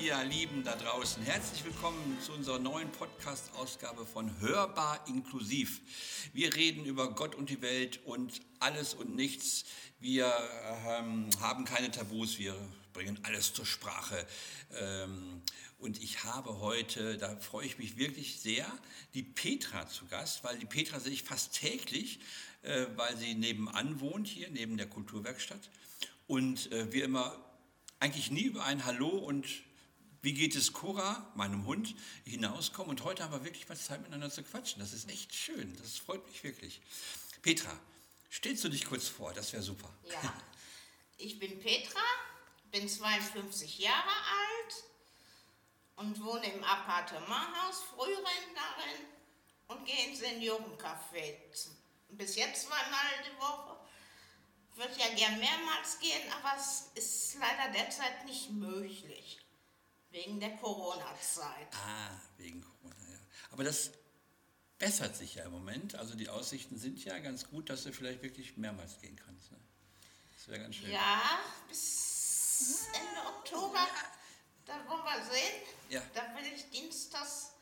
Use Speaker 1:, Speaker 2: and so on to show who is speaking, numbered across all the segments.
Speaker 1: ihr Lieben da draußen. Herzlich willkommen zu unserer neuen Podcast-Ausgabe von Hörbar Inklusiv. Wir reden über Gott und die Welt und alles und nichts. Wir ähm, haben keine Tabus, wir bringen alles zur Sprache. Ähm, und ich habe heute, da freue ich mich wirklich sehr, die Petra zu Gast, weil die Petra sehe ich fast täglich, äh, weil sie nebenan wohnt, hier neben der Kulturwerkstatt. Und äh, wir immer eigentlich nie über ein Hallo und wie geht es Cora, meinem Hund, hinauskommen. Und heute haben wir wirklich mal Zeit miteinander zu quatschen. Das ist echt schön. Das freut mich wirklich. Petra, stellst du dich kurz vor? Das wäre super.
Speaker 2: Ja, ich bin Petra, bin 52 Jahre alt und wohne im Appartementhaus, Frührentnerin und gehe ins Seniorencafé. Bis jetzt zweimal die Woche würde ja gern mehrmals gehen, aber es ist leider derzeit nicht möglich. Wegen der Corona-Zeit.
Speaker 1: Ah, wegen Corona, ja. Aber das bessert sich ja im Moment. Also die Aussichten sind ja ganz gut, dass du vielleicht wirklich mehrmals gehen kannst. Ne? Das wäre ganz schön.
Speaker 2: Ja, bis Ende Oktober, da wollen wir sehen.
Speaker 1: Ja.
Speaker 2: Da will ich dienstags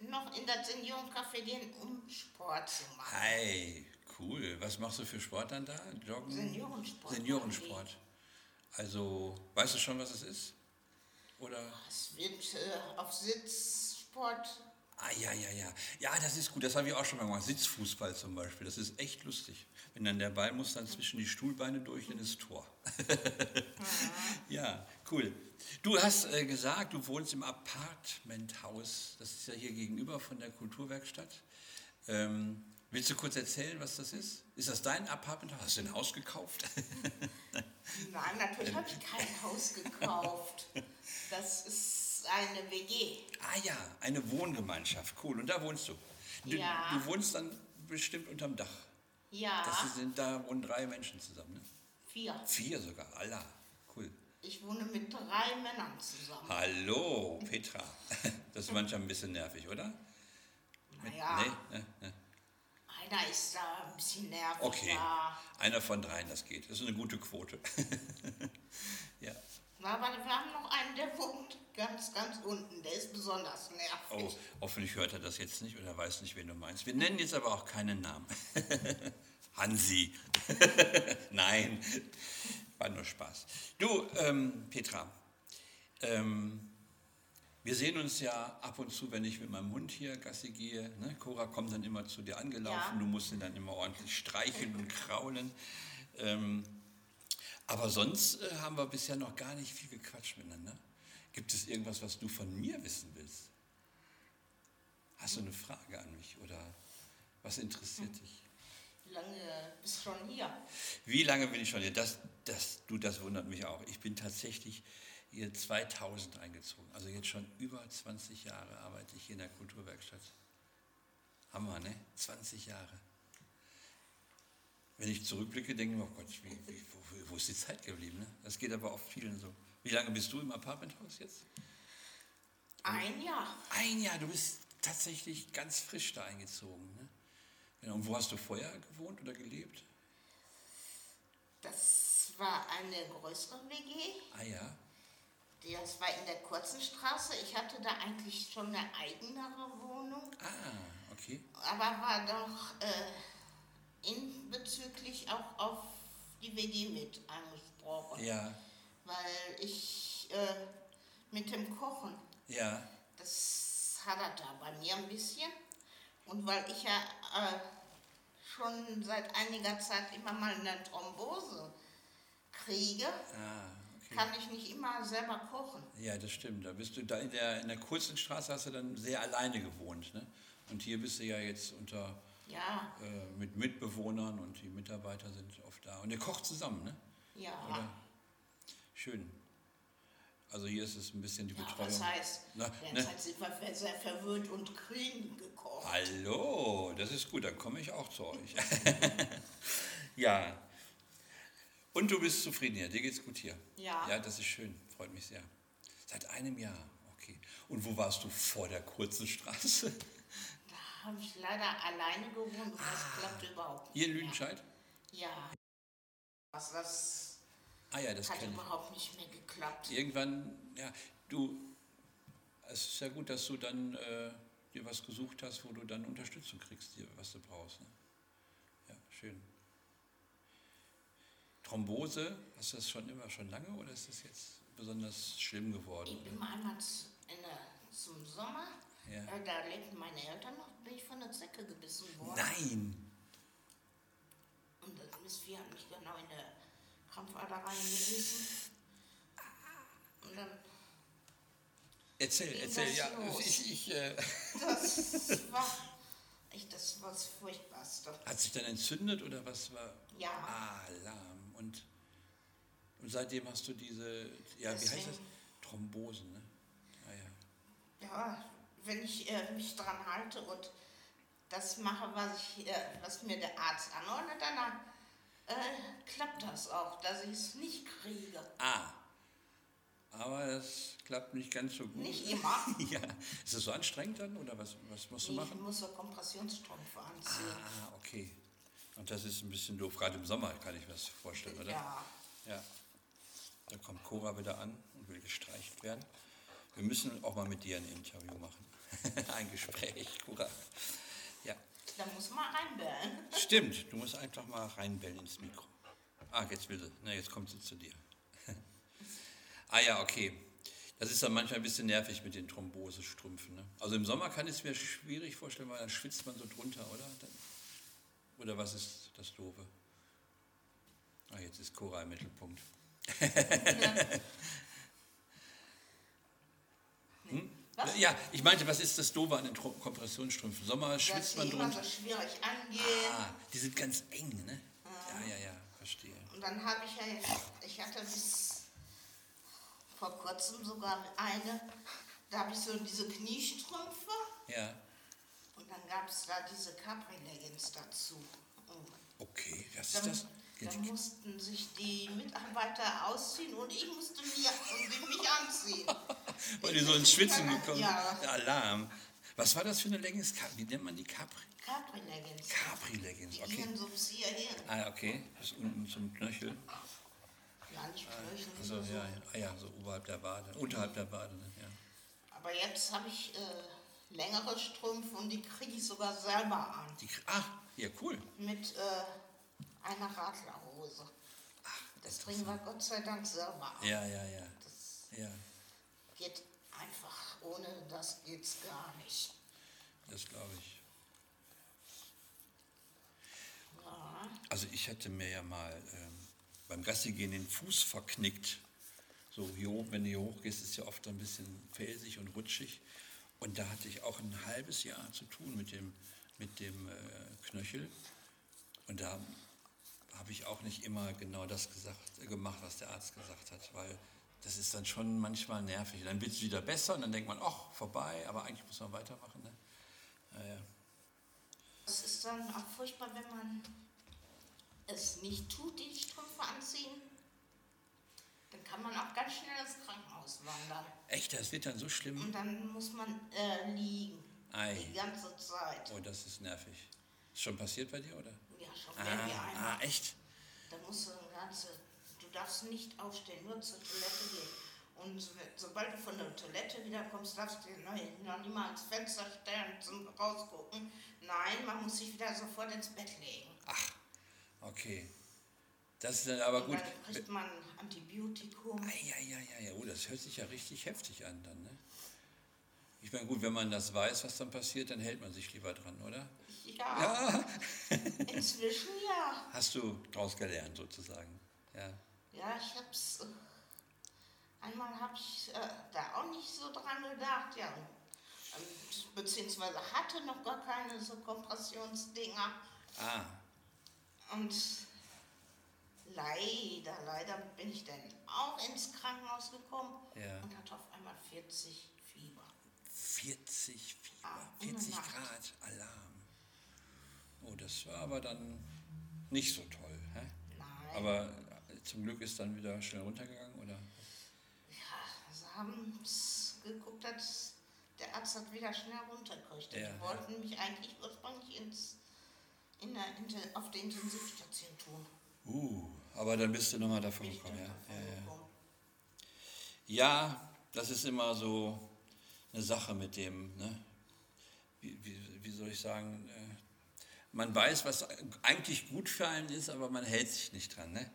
Speaker 2: noch in das Seniorencafé gehen, um Sport zu machen.
Speaker 1: Hi, cool. Was machst du für Sport dann da? Joggen?
Speaker 2: Seniorensport.
Speaker 1: Seniorensport. Also, weißt du schon, was es ist? Oder?
Speaker 2: Es wird äh, auf Sitzsport.
Speaker 1: Ah, ja, ja, ja. Ja, das ist gut. Das habe ich auch schon mal gemacht. Sitzfußball zum Beispiel. Das ist echt lustig. Wenn dann der Ball muss dann zwischen die Stuhlbeine durch, dann ist Tor. ja, cool. Du hast äh, gesagt, du wohnst im Apartmenthaus. Das ist ja hier gegenüber von der Kulturwerkstatt. Ähm, willst du kurz erzählen, was das ist? Ist das dein Apartmenthaus? Hast du ein Haus gekauft?
Speaker 2: Nein, natürlich habe ich kein Haus gekauft. Das ist eine WG.
Speaker 1: ah ja, eine Wohngemeinschaft. Cool. Und da wohnst du. Du,
Speaker 2: Ja. Ah.
Speaker 1: du wohnst dann bestimmt unterm Dach.
Speaker 2: Ja,
Speaker 1: Das sind da wohnen drei Menschen zusammen. Ne?
Speaker 2: vier.
Speaker 1: Vier sogar, Allah. Cool.
Speaker 2: Ich wohne mit drei Männern zusammen.
Speaker 1: Hallo, Petra. Das ist manchmal ein bisschen nervig, oder?
Speaker 2: Naja,
Speaker 1: Nee, ne?
Speaker 2: einer ist da ein bisschen nervig.
Speaker 1: Okay. Einer von dreien, das geht. Das ist eine gute Quote. ja.
Speaker 2: Aber wir haben noch einen, der wohnt ganz, ganz unten. Der ist besonders nervig.
Speaker 1: Oh, hoffentlich hört er das jetzt nicht oder weiß nicht, wen du meinst. Wir nennen jetzt aber auch keinen Namen. Hansi. Nein, war nur Spaß. Du, ähm, Petra, ähm, wir sehen uns ja ab und zu, wenn ich mit meinem Hund hier Gassi gehe. Ne? Cora kommt dann immer zu dir angelaufen,
Speaker 2: Ja.
Speaker 1: du musst ihn dann immer ordentlich streicheln und kraulen. Ähm, aber sonst äh, haben wir bisher noch gar nicht viel gequatscht miteinander. Gibt es irgendwas, was du von mir wissen willst? Hast du eine Frage an mich oder was interessiert dich? Oh.
Speaker 2: Wie lange bist du schon hier?
Speaker 1: Wie lange bin ich schon hier? Das, das, du, das wundert mich auch. Ich bin tatsächlich hier 2000 eingezogen. Also jetzt schon über 20 Jahre arbeite ich hier in der Kulturwerkstatt. Hammer, ne? 20 Jahre. Wenn ich zurückblicke, denke ich, mir, oh Gott, wie, wie, wo, wo ist die Zeit geblieben? Ne? Das geht aber oft vielen so. Wie lange bist du im Apartmenthaus jetzt?
Speaker 2: Ein Jahr.
Speaker 1: Ein Jahr, du bist tatsächlich ganz frisch da eingezogen. Ne? Genau. Und wo hast du vorher gewohnt oder gelebt?
Speaker 2: Das war eine größere WG.
Speaker 1: Ah ja,
Speaker 2: Das war in der kurzen Straße. Ich hatte da eigentlich schon eine eigenere Wohnung.
Speaker 1: ah, okay.
Speaker 2: aber war doch äh, in bezüglich auch auf die WG mit angesprochen,
Speaker 1: Ja,
Speaker 2: weil ich äh, mit dem Kochen,
Speaker 1: ja,
Speaker 2: das hadert da bei mir ein bisschen und weil ich ja äh, schon seit einiger Zeit immer mal eine Thrombose kriege,
Speaker 1: ah, okay.
Speaker 2: kann ich nicht immer selber kochen.
Speaker 1: Ja, das stimmt. Da bist du da in der, in der kurzen Straße hast du dann sehr alleine gewohnt. Ne? Und hier bist du ja jetzt unter
Speaker 2: Ja,
Speaker 1: äh, mit Mitbewohnern und die Mitarbeiter sind oft da. Und ihr kocht zusammen, ne?
Speaker 2: ja.
Speaker 1: Oder? Schön. Also hier ist es ein bisschen die
Speaker 2: Ja,
Speaker 1: Betreuung.
Speaker 2: was heißt,
Speaker 1: Na, ne?
Speaker 2: derzeit sind wir sehr verwöhnt und kriegen gekocht.
Speaker 1: Hallo, das ist gut, dann komme ich auch zu euch. ja. Und du bist zufrieden hier, dir geht's gut hier.
Speaker 2: Ja.
Speaker 1: Ja, das ist schön, freut mich sehr. Seit einem Jahr, okay. Und wo warst du vor der kurzen Straße? Ah.
Speaker 2: Habe ich leider alleine gewohnt und das klappt überhaupt nicht.
Speaker 1: Hier in Ah. Lüdenscheid?
Speaker 2: Ja. ja. Also das
Speaker 1: Ah ja, das
Speaker 2: hat
Speaker 1: kenne ich.
Speaker 2: überhaupt nicht mehr geklappt.
Speaker 1: Irgendwann, ja, Du, es ist ja gut, dass du dann äh, dir was gesucht hast, wo du dann Unterstützung kriegst, dir, was du brauchst. Ne? Ja, schön. Thrombose, hast du das schon immer schon lange oder ist das jetzt besonders schlimm geworden?
Speaker 2: Ich bin mal einmal z- in der, zum Sommer,
Speaker 1: Ja.
Speaker 2: äh, da lebten meine Eltern noch, bin ich von der Zecke gebissen worden.
Speaker 1: Nein!
Speaker 2: Und das Mistvieh hat mich genau in der Krampfader reingebissen.
Speaker 1: Ah.
Speaker 2: Und dann,
Speaker 1: Erzähl,
Speaker 2: Ging
Speaker 1: erzähl,
Speaker 2: das
Speaker 1: ja.
Speaker 2: los?
Speaker 1: Ich, ich, äh,
Speaker 2: das war, echt, das war das Furchtbarste.
Speaker 1: hat sich dann entzündet oder was war?
Speaker 2: Ja,
Speaker 1: Alarm. Und, und seitdem hast du diese, ja, wie heißt das?
Speaker 2: Deswegen-
Speaker 1: Thrombosen, ne? Ah, ja.
Speaker 2: ja, wenn ich äh, mich dran halte und das mache, was, ich, äh, was mir der Arzt anordnet, dann äh, klappt das auch, dass ich es nicht kriege.
Speaker 1: Ah. Aber das klappt nicht ganz so gut.
Speaker 2: Nicht immer.
Speaker 1: ja. Ist das so anstrengend dann oder was, was musst du
Speaker 2: Ich
Speaker 1: machen?
Speaker 2: muss so Kompressionsstrümpfe anziehen.
Speaker 1: Ah, okay. Und das ist ein bisschen doof. Gerade im Sommer kann ich mir das vorstellen, oder?
Speaker 2: ja.
Speaker 1: Ja. Da kommt Cora wieder an und will gestreicht werden. Wir müssen auch mal mit dir ein Interview machen. ein Gespräch, Cora. Ja.
Speaker 2: Da muss man reinbellen.
Speaker 1: Stimmt, du musst einfach mal reinbellen ins Mikro. Ah, jetzt will sie. Na, jetzt kommt sie zu dir. ah ja, okay. Das ist dann manchmal ein bisschen nervig mit den Thrombosestrümpfen. Ne? Also im Sommer kann ich es mir schwierig vorstellen, weil dann schwitzt man so drunter, oder? Dann, oder was ist das Doofe? Ah, jetzt ist Cora im Mittelpunkt.
Speaker 2: Was?
Speaker 1: Hm? Ja, ich meinte, was ist das Doofe an den Tro- Kompressionsstrümpfen? Im Sommer
Speaker 2: Dass
Speaker 1: schwitzt
Speaker 2: sie
Speaker 1: man
Speaker 2: immer
Speaker 1: drunter.
Speaker 2: so schwierig angehen.
Speaker 1: Ah, die sind ganz eng, ne? Ja, ja, ja, verstehe.
Speaker 2: Und dann habe ich ja, ich hatte bis vor kurzem sogar eine, da habe ich so diese Kniestrümpfe
Speaker 1: Ja,
Speaker 2: und dann gab es da diese Capri-Leggings dazu. Und
Speaker 1: okay, das ist
Speaker 2: Dann,
Speaker 1: das.
Speaker 2: dann mussten sich die Mitarbeiter ausziehen und ich musste mir und die mich anziehen.
Speaker 1: Weil Oh, die so ins Schwitzen
Speaker 2: Ja.
Speaker 1: gekommen Der Alarm. Was war das für eine Leggings? Ka- Wie nennt man die Capri?
Speaker 2: Capri-Leggings.
Speaker 1: Capri-Leggings,
Speaker 2: Die
Speaker 1: okay.
Speaker 2: gingen so bis hierhin.
Speaker 1: Ah, okay, bis unten zum Knöchel.
Speaker 2: Ja, nicht Knöchel.
Speaker 1: Also, ja, ja. Ah, ja, so oberhalb der Wade, unterhalb der Wade. Ne? Ja.
Speaker 2: Aber jetzt habe ich äh, längere Strümpfe und die kriege ich sogar selber an.
Speaker 1: Die, Kr- ah, ja, cool.
Speaker 2: Mit äh, einer Radlerhose. Das kriegen wir Gott sei Dank selber an.
Speaker 1: Ja, ja, ja.
Speaker 2: Das
Speaker 1: ja.
Speaker 2: geht einfach. Ohne das geht's gar nicht.
Speaker 1: Das glaube ich.
Speaker 2: Ja.
Speaker 1: Also ich hätte mir ja mal ähm, beim Gassigehen den Fuß verknickt. So hier oben, wenn du hier hochgehst, ist ja oft ein bisschen felsig und rutschig. Und da hatte ich auch ein halbes Jahr zu tun mit dem, mit dem äh, Knöchel. Und da habe ich auch nicht immer genau das gesagt, gemacht, was der Arzt gesagt hat, weil das ist dann schon manchmal nervig. Dann wird es wieder besser und dann denkt man, ach, vorbei, aber eigentlich muss man weitermachen. Ne? Naja.
Speaker 2: Es ist dann auch furchtbar, wenn man es nicht tut, die Strümpfe anziehen. Dann kann man auch ganz schnell ins Krankenhaus wandern.
Speaker 1: Echt, das wird dann so schlimm.
Speaker 2: Und dann muss man äh, liegen. Die
Speaker 1: Hm. Ei.
Speaker 2: ganze Zeit.
Speaker 1: Oh, das ist nervig. Ist schon passiert bei dir, oder?
Speaker 2: Ja, schon wenn wir einmal.
Speaker 1: ah, echt?
Speaker 2: Da musst du eine ganze. Du darfst nicht aufstehen, nur zur Toilette gehen. Und so- sobald du von der Toilette wiederkommst, darfst du dir noch- noch nicht mal ans Fenster stellen zum rausgucken. Nein, man muss sich wieder sofort ins Bett legen.
Speaker 1: Ach, okay. Das ist dann aber
Speaker 2: Und
Speaker 1: Ah, gut.
Speaker 2: Dann kriegt man Antibiotikum.
Speaker 1: Eieieiei, oh, das hört sich ja richtig heftig an dann, ne? Ich meine, gut, wenn man das weiß, was dann passiert, dann hält man sich lieber dran, oder?
Speaker 2: Ja,
Speaker 1: Ja.
Speaker 2: inzwischen ja.
Speaker 1: Hast du draus gelernt, sozusagen. Ja.
Speaker 2: Ja, ich hab's. äh, Einmal habe ich äh, da auch nicht so dran gedacht, ja. Und, beziehungsweise hatte noch gar keine so Kompressionsdinger.
Speaker 1: Ah,
Speaker 2: Und leider, leider bin ich dann auch ins Krankenhaus gekommen
Speaker 1: ja.
Speaker 2: und hatte auf einmal 40 Fieber.
Speaker 1: 40 Fieber,
Speaker 2: Ah, in der
Speaker 1: 40
Speaker 2: Nacht.
Speaker 1: Grad, Alarm. Oh, das war aber dann nicht so toll, hä?
Speaker 2: Nein.
Speaker 1: Aber zum Glück ist dann wieder schnell runtergegangen, oder?
Speaker 2: ja, sie haben geguckt, dass der Arzt hat wieder schnell runtergekriegt.
Speaker 1: Ja, ja.
Speaker 2: Die wollten mich eigentlich ursprünglich ins, in der, Inten- auf der Intensivstation tun.
Speaker 1: Uh, aber dann bist du nochmal davon
Speaker 2: Bin ich
Speaker 1: gekommen,
Speaker 2: dann
Speaker 1: ja.
Speaker 2: davon
Speaker 1: Ja, ja.
Speaker 2: gekommen.
Speaker 1: ja, Das ist immer so eine Sache mit dem, ne? wie, wie, wie soll ich sagen, äh, man weiß, was eigentlich gut für einen ist, aber man hält sich nicht dran. Ne?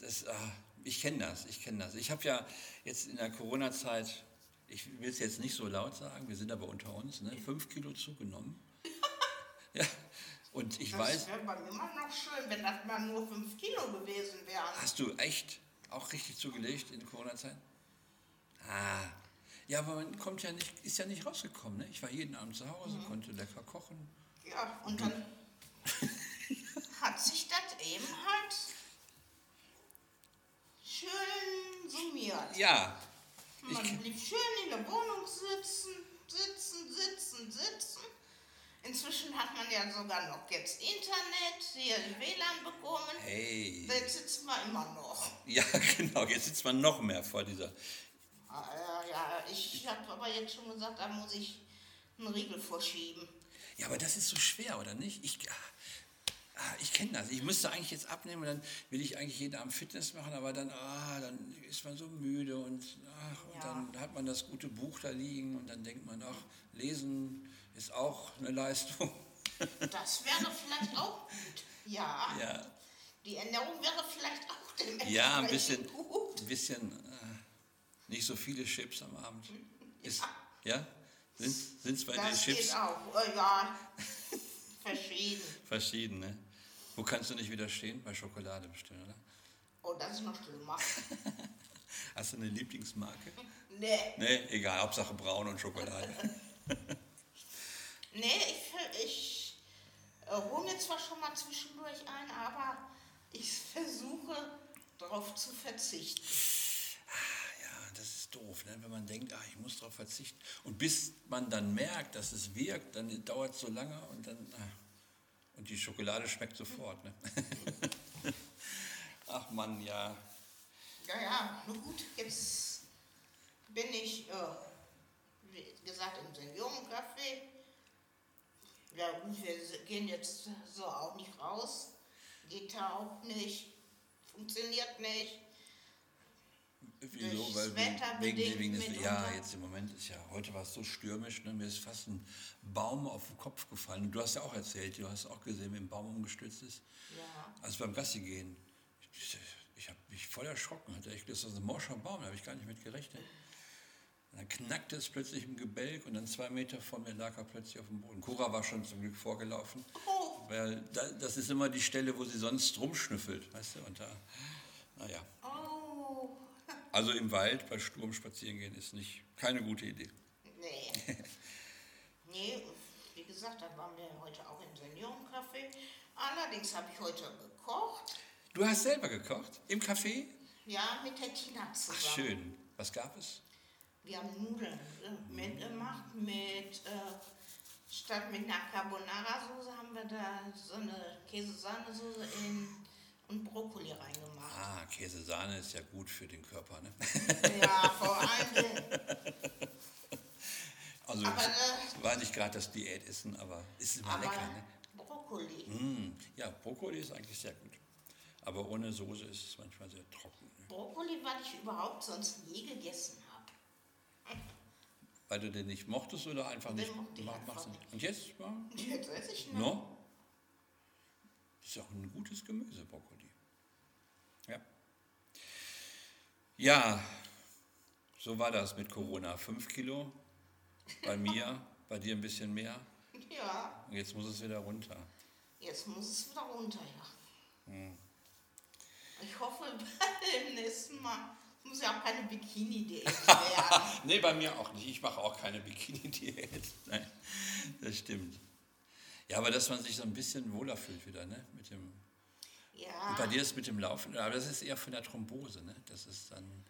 Speaker 1: Das, ah, ich kenne das, ich kenne das. Ich habe ja jetzt in der Corona-Zeit, ich will es jetzt nicht so laut sagen, wir sind aber unter uns, ne? fünf Kilo zugenommen. ja. Und ich weiß,
Speaker 2: Das wäre bei mir immer noch schön, wenn das mal nur 5 Kilo gewesen wären.
Speaker 1: Hast du echt auch richtig zugelegt in Corona-Zeit? Ah. Ja, aber man kommt ja nicht, ist ja nicht rausgekommen. Ne? Ich war jeden Abend zu Hause, konnte lecker kochen.
Speaker 2: Ja, und dann hat sich das eben halt schön summiert.
Speaker 1: Ja,
Speaker 2: Man blieb schön in der Wohnung sitzen, sitzen, sitzen, sitzen. Inzwischen hat man ja sogar noch jetzt Internet, hier ein WLAN bekommen.
Speaker 1: hey.
Speaker 2: Jetzt sitzen wir immer noch.
Speaker 1: Ja, genau. Jetzt sitzt man noch mehr vor dieser.
Speaker 2: Ah, Ja, ja, ich habe aber jetzt schon gesagt, da muss ich einen Riegel vorschieben.
Speaker 1: Ja, aber das ist so schwer, oder nicht? Ich, ah, ah, ich kenne das. Ich müsste eigentlich jetzt abnehmen und dann will ich eigentlich jeden Abend Fitness machen, aber dann, ah, dann ist man so müde und, ach, und
Speaker 2: Ja.
Speaker 1: dann hat man das gute Buch da liegen und dann denkt man, ach, lesen ist auch eine Leistung.
Speaker 2: Das wäre vielleicht auch gut. Ja,
Speaker 1: Ja,
Speaker 2: die Ernährung wäre vielleicht auch dem
Speaker 1: ja ein
Speaker 2: entsprechend
Speaker 1: bisschen,
Speaker 2: gut.
Speaker 1: ein bisschen äh, nicht so viele Chips am Abend. Ist, ja? Sind es bei den
Speaker 2: Das
Speaker 1: Chips
Speaker 2: geht auch. Äh, Ja, verschieden.
Speaker 1: verschieden, ne? Wo kannst du nicht widerstehen? Bei Schokolade bestimmt, oder?
Speaker 2: Oh, das ist noch schlimmer.
Speaker 1: Hast du eine Lieblingsmarke?
Speaker 2: Nee,
Speaker 1: Nee, Ne, egal, Hauptsache braun und Schokolade.
Speaker 2: nee ich, ich äh, hole mir zwar schon mal zwischendurch ein, aber ich versuche darauf zu verzichten.
Speaker 1: ja, das ist doof, ne? wenn man denkt, ah, ich muss darauf verzichten. Und bis man dann merkt, dass es wirkt, dann dauert es so lange und dann. ah. und die Schokolade schmeckt sofort. Ne? Ach Mann, ja.
Speaker 2: Ja, ja, nun gut, jetzt bin ich, äh, wie gesagt, im Seniorencafé. Ja, gut, wir s- gehen jetzt so auch nicht raus. Geht da auch nicht. Funktioniert nicht.
Speaker 1: Wieso?
Speaker 2: Durchs
Speaker 1: Weil
Speaker 2: Wetter
Speaker 1: wegen, wegen,
Speaker 2: bedingt
Speaker 1: wegen des,
Speaker 2: mitunter.
Speaker 1: ja, jetzt im Moment ist ja, heute war es so stürmisch, ne? mir ist fast ein Baum auf den Kopf gefallen. Und du hast ja auch erzählt, du hast auch gesehen, wie ein Baum umgestürzt ist.
Speaker 2: Ja.
Speaker 1: Also beim Gassi gehen, ich, ich habe mich voll erschrocken. Hatte echt das ist ein morscher Baum, da habe ich gar nicht mit gerechnet. Und dann knackte es plötzlich im Gebälk und dann zwei Meter vor mir lag er plötzlich auf dem Boden. Cora war schon zum Glück vorgelaufen,
Speaker 2: Oh,
Speaker 1: weil da, das ist immer die Stelle, wo sie sonst rumschnüffelt, weißt du? Und da, naja,
Speaker 2: oh.
Speaker 1: also im Wald bei Sturm spazieren gehen ist nicht keine gute Idee.
Speaker 2: Nee. nee, wie gesagt, da waren wir heute auch im Seniorencafé. Allerdings habe ich heute gekocht.
Speaker 1: Du hast selber gekocht im Café?
Speaker 2: Ja, mit der Tina zusammen.
Speaker 1: Ach schön. Was gab es?
Speaker 2: Wir haben Nudeln äh, mitgemacht mit, äh, statt mit einer Carbonara-Soße haben wir da so eine Käsesahnesoße in und Brokkoli reingemacht.
Speaker 1: Ah, Käse-Sahne ist ja gut für den Körper, ne?
Speaker 2: Ja, vor allem,
Speaker 1: Also
Speaker 2: Aber, äh,
Speaker 1: es war nicht gerade das Diätessen, aber ist immer
Speaker 2: aber
Speaker 1: lecker, ne?
Speaker 2: Brokkoli.
Speaker 1: Mm, ja, Brokkoli ist eigentlich sehr gut. Aber ohne Soße ist es manchmal sehr trocken. Ne?
Speaker 2: Brokkoli, was ich überhaupt sonst nie gegessen habe.
Speaker 1: Weil du den nicht mochtest oder einfach
Speaker 2: Den
Speaker 1: nicht
Speaker 2: mochte ich
Speaker 1: ma-
Speaker 2: einfach
Speaker 1: machst du
Speaker 2: nicht.
Speaker 1: nicht. Und jetzt? Ja,
Speaker 2: Und Jetzt esse ich noch.
Speaker 1: no? Ist ja auch ein gutes Gemüse, Brokkoli. Ja. Ja, so war das mit Corona. Fünf Kilo bei mir, bei dir ein bisschen mehr.
Speaker 2: Ja,
Speaker 1: Und jetzt muss es wieder runter.
Speaker 2: jetzt muss es wieder runter, ja.
Speaker 1: Hm.
Speaker 2: Ich hoffe, beim nächsten Mal muss ja auch keine Bikini-Diät werden.
Speaker 1: Nee, bei mir auch nicht. Ich mache auch keine Bikini-Diät. Nein, das stimmt. Ja, aber dass man sich so ein bisschen wohler fühlt wieder, ne? Mit dem,
Speaker 2: Ja.
Speaker 1: und
Speaker 2: Ah.
Speaker 1: bei dir ist mit dem Laufen, aber das ist eher von der Thrombose, ne? Das ist dann,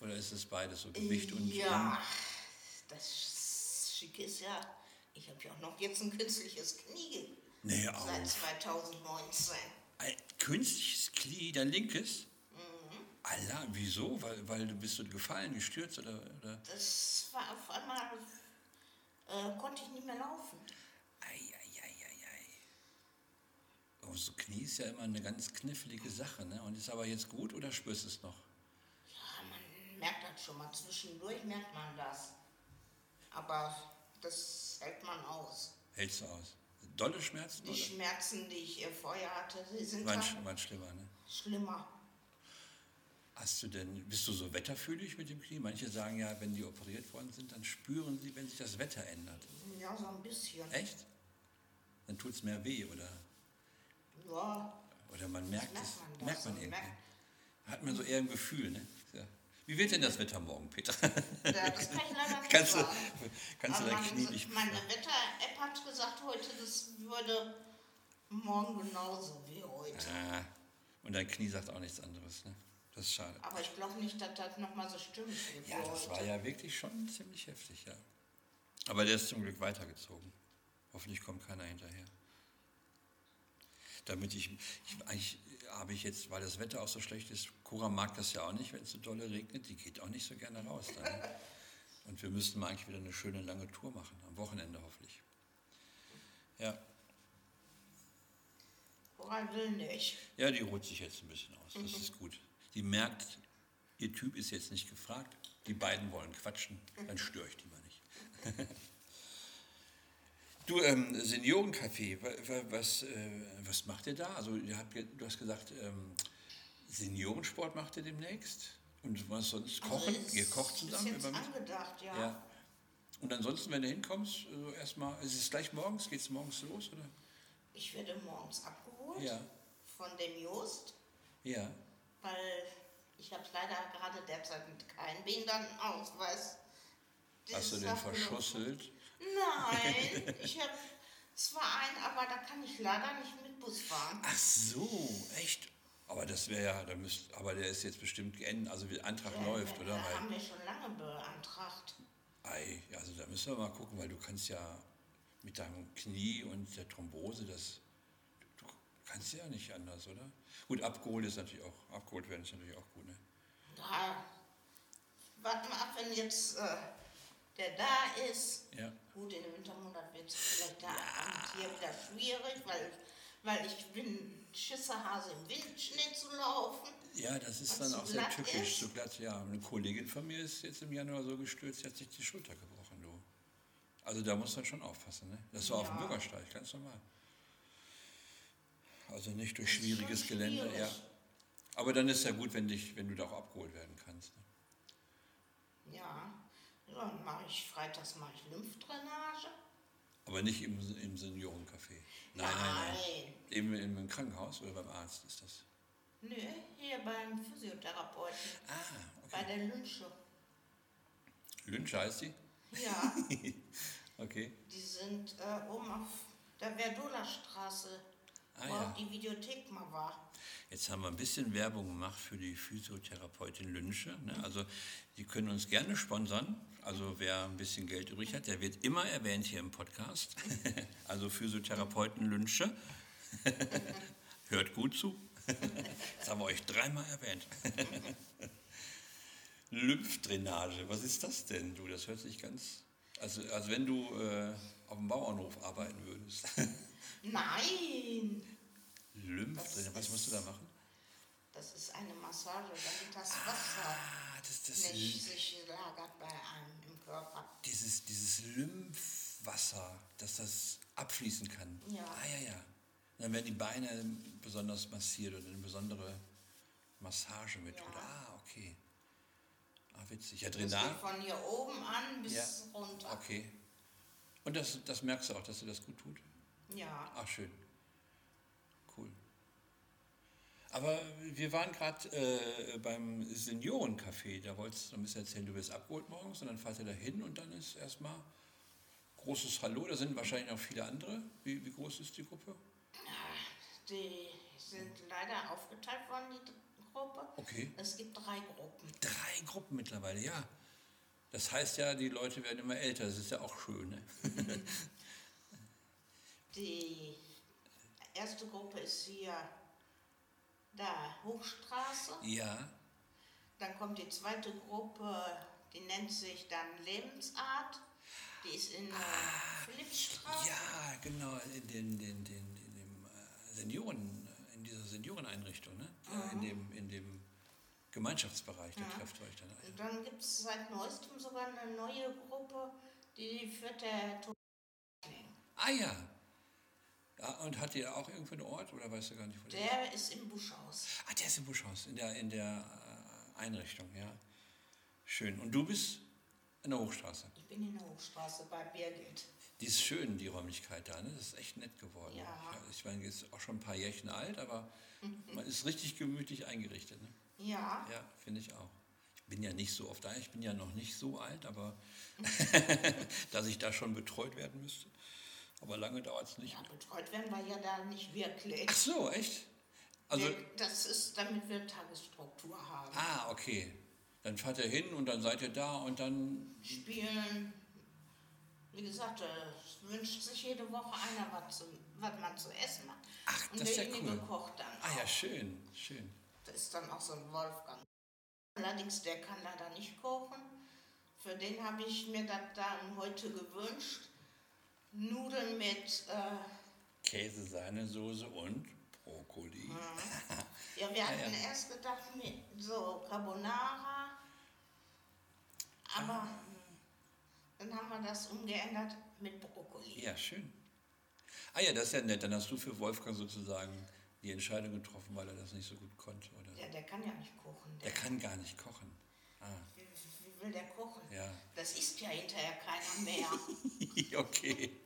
Speaker 1: oder ist es beides so Gewicht und
Speaker 2: Ja, das Schicke ist ja, ich habe ja auch noch jetzt ein künstliches Knie
Speaker 1: und, nee, auch.
Speaker 2: seit 2019.
Speaker 1: Ein künstliches Knie, dein linkes?
Speaker 2: Mhm.
Speaker 1: Allah, wieso? Weil, weil du bist du gefallen, gestürzt oder, oder?
Speaker 2: Das war auf einmal, äh, konnte ich nicht mehr laufen.
Speaker 1: Ei, ei, ei, ei, ei. Oh, so Knie ist ja immer eine ganz knifflige Sache, ne? Und ist aber jetzt gut oder spürst du es noch?
Speaker 2: Ja, Ah, man merkt das schon mal zwischendurch, merkt man das. Aber das hält man aus.
Speaker 1: Hältst du aus? Dolle Schmerzen?
Speaker 2: Die
Speaker 1: Oder?
Speaker 2: Schmerzen, die ich äh, vorher hatte, die sind
Speaker 1: Waren,
Speaker 2: dann
Speaker 1: sch- waren schlimmer, ne?
Speaker 2: schlimmer.
Speaker 1: Hast du denn, bist du so wetterfühlig mit dem Knie? Manche sagen ja, wenn die operiert worden sind, dann spüren sie, wenn sich das Wetter ändert.
Speaker 2: Ja, so ein bisschen.
Speaker 1: Echt? Dann tut es mehr weh, oder?
Speaker 2: Ja,
Speaker 1: Oder man merkt
Speaker 2: merkt
Speaker 1: es,
Speaker 2: man das.
Speaker 1: merkt man
Speaker 2: Man
Speaker 1: irgendwie.
Speaker 2: merkt-
Speaker 1: Hat man so eher ein Gefühl, ne? Ja. Wie wird denn das Wetter morgen, Peter?
Speaker 2: da- das kann ich leider nicht
Speaker 1: kannst du,
Speaker 2: sagen.
Speaker 1: kannst du
Speaker 2: Aber
Speaker 1: dein
Speaker 2: meine-
Speaker 1: Knie nicht...
Speaker 2: Meine Wetter-App hat gesagt heute, das würde morgen genauso wie heute.
Speaker 1: Ah, und dein Knie sagt auch nichts anderes, ne? Das ist schade.
Speaker 2: Aber ich glaube nicht, dass das nochmal so stimmt wie
Speaker 1: Ja,
Speaker 2: für
Speaker 1: das
Speaker 2: heute.
Speaker 1: war ja wirklich schon ziemlich heftig, ja. Aber der ist zum Glück weitergezogen. Hoffentlich kommt keiner hinterher. Damit ich, ich eigentlich habe ich jetzt, weil das Wetter auch so schlecht ist, Cora mag das ja auch nicht, wenn es so dolle regnet, die geht auch nicht so gerne raus. Dann, ne? Und wir müssten mal eigentlich wieder eine schöne lange Tour machen, am Wochenende hoffentlich. Ja,
Speaker 2: Woran will nicht.
Speaker 1: ja die ruht sich jetzt ein bisschen aus,
Speaker 2: Mhm.
Speaker 1: das ist gut. Die merkt, ihr Typ ist jetzt nicht gefragt, die beiden wollen quatschen,
Speaker 2: Mhm.
Speaker 1: dann störe ich die mal nicht. Du, ähm, Seniorencafé, wa- wa- was, äh, was macht ihr da? Also, ihr habt, ge- du hast gesagt, ähm, Seniorensport macht ihr demnächst? Und was sonst? Kochen?
Speaker 2: Also ist-
Speaker 1: ihr kocht zusammen?
Speaker 2: Ist
Speaker 1: über
Speaker 2: jetzt
Speaker 1: Mittag?
Speaker 2: angedacht, ja.
Speaker 1: ja. Und ansonsten, wenn du hinkommst, so erstmal, ist es gleich morgens? Geht es morgens los? Oder?
Speaker 2: Ich werde morgens abgeholt
Speaker 1: Ja.
Speaker 2: von dem Just,
Speaker 1: Ja.
Speaker 2: weil ich habe leider gerade derzeit mit keinem
Speaker 1: Hast
Speaker 2: Behindertenausweis.
Speaker 1: du
Speaker 2: Dieses
Speaker 1: den
Speaker 2: Sachen-
Speaker 1: verschusselt?
Speaker 2: Nein, ich habe zwar einen, aber da kann ich leider nicht mit Bus fahren.
Speaker 1: Ach so, echt? Aber das wäre ja, da müsst, aber der ist jetzt bestimmt geändert, also der Antrag läuft, oder?
Speaker 2: Ja, haben
Speaker 1: Weil,
Speaker 2: wir schon lange beantragt.
Speaker 1: ei, also da müssen wir mal gucken, weil du kannst ja mit deinem Knie und der Thrombose, das du kannst ja nicht anders, oder? Gut, abgeholt ist natürlich auch, abgeholt werden ist natürlich auch gut, ne?
Speaker 2: Ja, warten wir ab, wenn jetzt äh, der da ist.
Speaker 1: Ja.
Speaker 2: Gut, in dem Wintermonat wird es vielleicht da und hier wieder schwierig, weil, weil ich bin Schisserhase im Windschnee zu laufen.
Speaker 1: Ja, das ist
Speaker 2: Was
Speaker 1: dann
Speaker 2: so
Speaker 1: auch sehr
Speaker 2: glatt
Speaker 1: tückisch,
Speaker 2: ist?
Speaker 1: so glatt, ja. Eine Kollegin von mir ist jetzt im Januar so gestürzt, die hat sich die Schulter gebrochen, du. Also da muss man schon aufpassen, ne? Das war auf dem
Speaker 2: Ja.
Speaker 1: Bürgersteig, ganz normal. Also nicht durch
Speaker 2: Das ist schon
Speaker 1: schwieriges Gelände,
Speaker 2: schwierig.
Speaker 1: ja. Aber dann ist ja gut, wenn, dich, wenn du da auch abgeholt werden kannst. Ne?
Speaker 2: Ja, ja dann mache ich freitags mache ich Lymphdrainage.
Speaker 1: Aber nicht im, im Seniorencafé. Nein, nein, nein. Im, im, Im Krankenhaus oder beim Arzt ist das.
Speaker 2: Nö, hier beim Physiotherapeuten,
Speaker 1: Ah,
Speaker 2: bei
Speaker 1: okay.
Speaker 2: der Lünsche.
Speaker 1: Lynch heißt die?
Speaker 2: Ja,
Speaker 1: Okay.
Speaker 2: die sind äh, oben auf der Verdola Straße,
Speaker 1: Ah,
Speaker 2: wo
Speaker 1: ja.
Speaker 2: auch die Videothek mal war.
Speaker 1: Jetzt haben wir ein bisschen Werbung gemacht für die Physiotherapeutin Lünsche. Ne? Also die können uns gerne sponsern. Also wer ein bisschen Geld übrig hat, der wird immer erwähnt hier im Podcast. Also Physiotherapeuten Lünsche. Hört gut zu. Jetzt haben wir euch dreimal erwähnt. Lymphdrainage, was ist das denn, du? Das hört sich ganz... Also, als wenn du äh, auf dem Bauernhof arbeiten würdest.
Speaker 2: Nein,
Speaker 1: Lymphdrainage, was musst du da machen?
Speaker 2: das ist eine Massage, damit das Wasser
Speaker 1: Ah, das, das
Speaker 2: nicht sich lagert bei einem im Körper.
Speaker 1: dieses, dieses Lymphwasser, dass das abfließen kann.
Speaker 2: Ja.
Speaker 1: Ah, ja, ja. Und dann werden die Beine besonders massiert oder eine besondere Massagemethode.
Speaker 2: Ja.
Speaker 1: Ah, okay. Ah, witzig. Ja,
Speaker 2: Das geht
Speaker 1: Drainage.
Speaker 2: von hier oben an bis
Speaker 1: Ja.
Speaker 2: runter.
Speaker 1: Okay. Und das, das merkst du auch, dass dir das gut tut?
Speaker 2: Ja,
Speaker 1: Ach, Ah, schön. Cool. Aber wir waren gerade äh, beim Seniorencafé. Da wolltest du ein bisschen erzählen, du wirst abgeholt morgens und dann fahrt ihr da hin und dann ist erstmal großes Hallo. Da sind wahrscheinlich noch viele andere. Wie, wie groß ist die Gruppe?
Speaker 2: die sind leider aufgeteilt worden, die Gruppe.
Speaker 1: Okay.
Speaker 2: Es gibt drei Gruppen.
Speaker 1: Drei Gruppen mittlerweile, ja. Das heißt ja, die Leute werden immer älter. Das ist ja auch schön. Ne?
Speaker 2: Die erste Gruppe ist hier da Hochstraße.
Speaker 1: ja.
Speaker 2: Dann kommt die zweite Gruppe, die nennt sich dann Lebensart. Die ist in äh, der Philippsstraße.
Speaker 1: Ah, Ja, genau. In, den, den, den, in dem äh, Senioren, in dieser Senioreneinrichtung, ne? Da In dem, in dem Gemeinschaftsbereich, da trefft ihr euch dann ein.
Speaker 2: Und dann gibt es seit neuestem sogar eine neue Gruppe, die führt der Thomas.
Speaker 1: Ah ja. ja. Und hat ihr auch irgendwo einen Ort oder weißt du gar nicht, wo der ist?
Speaker 2: Der ist im Buschhaus.
Speaker 1: Ah, der ist im Buschhaus, in der, in der äh, Einrichtung, ja. Schön. Und du bist in der Hochstraße.
Speaker 2: Ich bin in der Hochstraße bei Birgit.
Speaker 1: Die ist schön, die Räumlichkeit da, ne? Das ist echt nett geworden.
Speaker 2: Ja.
Speaker 1: Ich, ich meine, jetzt ist auch schon ein paar Jährchen alt, aber man ist richtig gemütlich eingerichtet, ne?
Speaker 2: Ja,
Speaker 1: Ja, finde ich auch. Ich bin ja nicht so oft da, ich bin ja noch nicht so alt, aber dass ich da schon betreut werden müsste. Aber lange dauert es nicht.
Speaker 2: ja, betreut werden wir ja da nicht wirklich.
Speaker 1: Ach so, echt? Also,
Speaker 2: Wir- das ist, damit wir Tagesstruktur haben.
Speaker 1: ah, okay. Dann fahrt ihr hin und dann seid ihr da und dann,
Speaker 2: Spielen, wie gesagt, äh, es wünscht sich jede Woche einer, was, zu, was man zu essen hat.
Speaker 1: Ach,
Speaker 2: Und
Speaker 1: das ist ja
Speaker 2: derjenige
Speaker 1: cool.
Speaker 2: kocht dann.
Speaker 1: ah ja,
Speaker 2: auch.
Speaker 1: schön, schön.
Speaker 2: Da ist dann auch so ein Wolfgang. Allerdings, der kann leider nicht kochen. Für den habe ich mir das dann heute gewünscht. Nudeln mit, äh,
Speaker 1: Käse, Sahnesoße und Brokkoli.
Speaker 2: ja, wir hatten
Speaker 1: Ah, ja.
Speaker 2: erst gedacht, mit so Carbonara. Aber
Speaker 1: Ah.
Speaker 2: dann haben wir das umgeändert mit Brokkoli.
Speaker 1: Ja, schön. Ah ja, das ist ja nett. Dann hast du für Wolfgang sozusagen die Entscheidung getroffen, weil er das nicht so gut konnte, oder?
Speaker 2: Ja, der kann ja nicht kochen.
Speaker 1: Er
Speaker 2: Der,
Speaker 1: kann gar nicht kochen. Ah,
Speaker 2: wie, wie will der kochen?
Speaker 1: ja.
Speaker 2: Das isst ja hinterher keiner mehr.
Speaker 1: okay.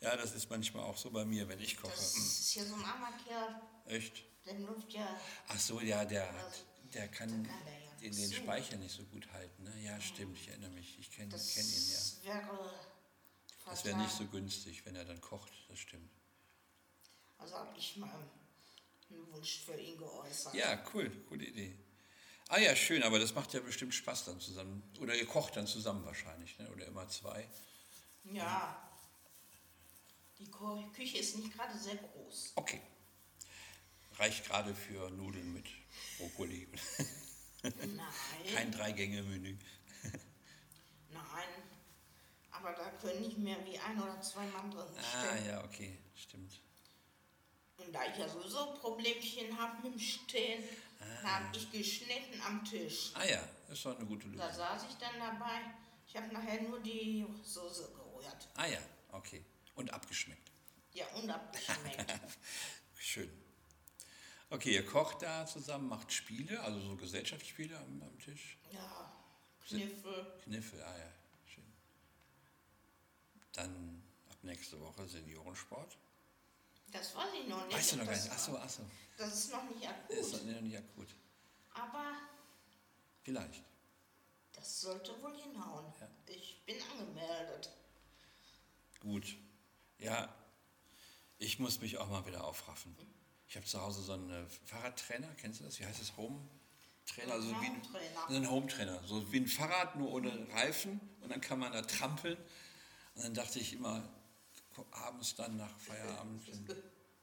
Speaker 1: ja, das ist manchmal auch so bei mir, wenn ich koche. mm. Hm,
Speaker 2: Das ist hier so ein armer Kerl,
Speaker 1: Echt?
Speaker 2: der läuft ja
Speaker 1: Ach so, ja, der, hat, der kann
Speaker 2: Also, Da kann der ja
Speaker 1: den,
Speaker 2: nicht
Speaker 1: den
Speaker 2: so.
Speaker 1: Speicher nicht so gut halten. Ne? Ja, stimmt, ich erinnere mich. Ich kenne
Speaker 2: Das
Speaker 1: kenn ihn ja.
Speaker 2: wäre.
Speaker 1: Das wäre nicht so
Speaker 2: fatal.
Speaker 1: günstig, wenn er dann kocht, das stimmt.
Speaker 2: Also habe ich mal einen Wunsch für ihn geäußert.
Speaker 1: Ja, cool, coole Idee. Ah ja, schön, aber das macht ja bestimmt Spaß dann zusammen. Oder ihr kocht dann zusammen wahrscheinlich, ne? oder immer zwei.
Speaker 2: Ja. Die Ko- Küche ist nicht gerade sehr groß.
Speaker 1: Okay. Reicht gerade für Nudeln mit Brokkoli.
Speaker 2: Nein.
Speaker 1: Kein Dreigänge-Menü.
Speaker 2: Nein. Aber da können nicht mehr wie ein oder zwei Mann drin
Speaker 1: Ah,
Speaker 2: stehen.
Speaker 1: ja, okay, stimmt.
Speaker 2: Und da ich ja sowieso Problemchen habe mit dem Stehen, habe ich geschnitten am Tisch.
Speaker 1: Ah ja, das ist doch eine gute
Speaker 2: Da
Speaker 1: Lösung.
Speaker 2: saß ich dann dabei. Ich habe nachher nur die Soße gerührt.
Speaker 1: Ah ja, okay. Und abgeschmeckt.
Speaker 2: Ja, und abgeschmeckt.
Speaker 1: Schön. Okay, ihr kocht da zusammen, macht Spiele, also so Gesellschaftsspiele am, am Tisch.
Speaker 2: Ja, Kniffel.
Speaker 1: Kniffel, ah ja, schön. Dann ab nächste Woche Seniorensport.
Speaker 2: Das weiß ich noch nicht.
Speaker 1: Weißt du
Speaker 2: ob
Speaker 1: noch gar
Speaker 2: das
Speaker 1: nicht? Achso, achso.
Speaker 2: war. Das ist noch nicht akut.
Speaker 1: Ist noch noch nicht akut.
Speaker 2: Aber
Speaker 1: Vielleicht.
Speaker 2: das sollte wohl hinhauen.
Speaker 1: Ja.
Speaker 2: Ich bin angemeldet.
Speaker 1: Gut. Ja, ich muss mich auch mal wieder aufraffen. Ich habe zu Hause so einen äh, Fahrradtrainer, kennst du das? Wie heißt das? Home Trainer? Also wie ein,
Speaker 2: Hometrainer.
Speaker 1: so ein Home Trainer. So wie ein Fahrrad, nur ohne Reifen. Und dann kann man da trampeln. Und dann dachte ich immer, gu- abends dann nach Feierabend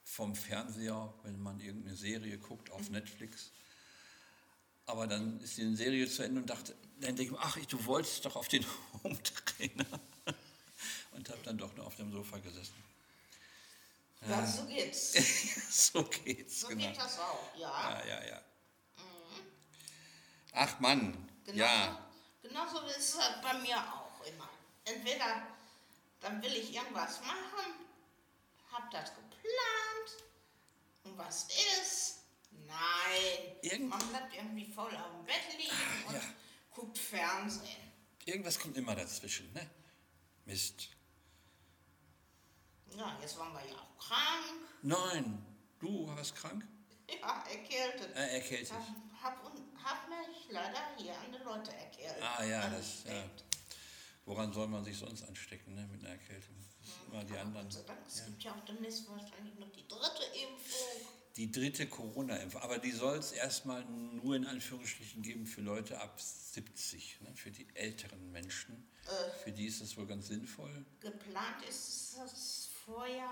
Speaker 1: vom Fernseher, wenn man irgendeine Serie guckt auf Netflix. Aber dann ist die Serie zu Ende und dachte, dann denke ich mir, ach, ich- du wolltest doch auf den Home Trainer. Und habe dann doch nur auf dem Sofa gesessen.
Speaker 2: Ja, so geht's.
Speaker 1: so geht's,
Speaker 2: So
Speaker 1: Ah. genau. Ah.
Speaker 2: geht das auch, ja.
Speaker 1: Ja, ja, ja. Ach Mann,
Speaker 2: Genauso,
Speaker 1: ja.
Speaker 2: Genau genauso ist es halt bei mir auch immer. Entweder dann will ich irgendwas machen, hab das geplant und was ist? Nein.
Speaker 1: Irgend-
Speaker 2: Man bleibt irgendwie voll auf dem Bett liegen
Speaker 1: Ah,
Speaker 2: und
Speaker 1: ja.
Speaker 2: guckt Fernsehen.
Speaker 1: Irgendwas kommt immer dazwischen, ne? Mist.
Speaker 2: Ja, jetzt waren wir ja auch krank.
Speaker 1: Nein, du warst krank?
Speaker 2: Ja, erkältet.
Speaker 1: Äh, erkältet.
Speaker 2: Hab, hab, un- hab mich leider hier an die Leute erkältet.
Speaker 1: Ah ja, das, ja.
Speaker 2: Angesteckt.
Speaker 1: Woran soll man sich sonst anstecken, ne? Mit einer Erkältung. Immer die anderen.
Speaker 2: Gott sei Dank, es gibt ja auch demnächst wahrscheinlich noch die dritte Impfung.
Speaker 1: Die dritte Corona-Impfung. Aber die soll es erstmal nur in Anführungsstrichen geben für Leute ab 70, ne? Für die älteren Menschen.
Speaker 2: Äh,
Speaker 1: Für die ist das wohl ganz sinnvoll.
Speaker 2: Geplant ist, dass vorher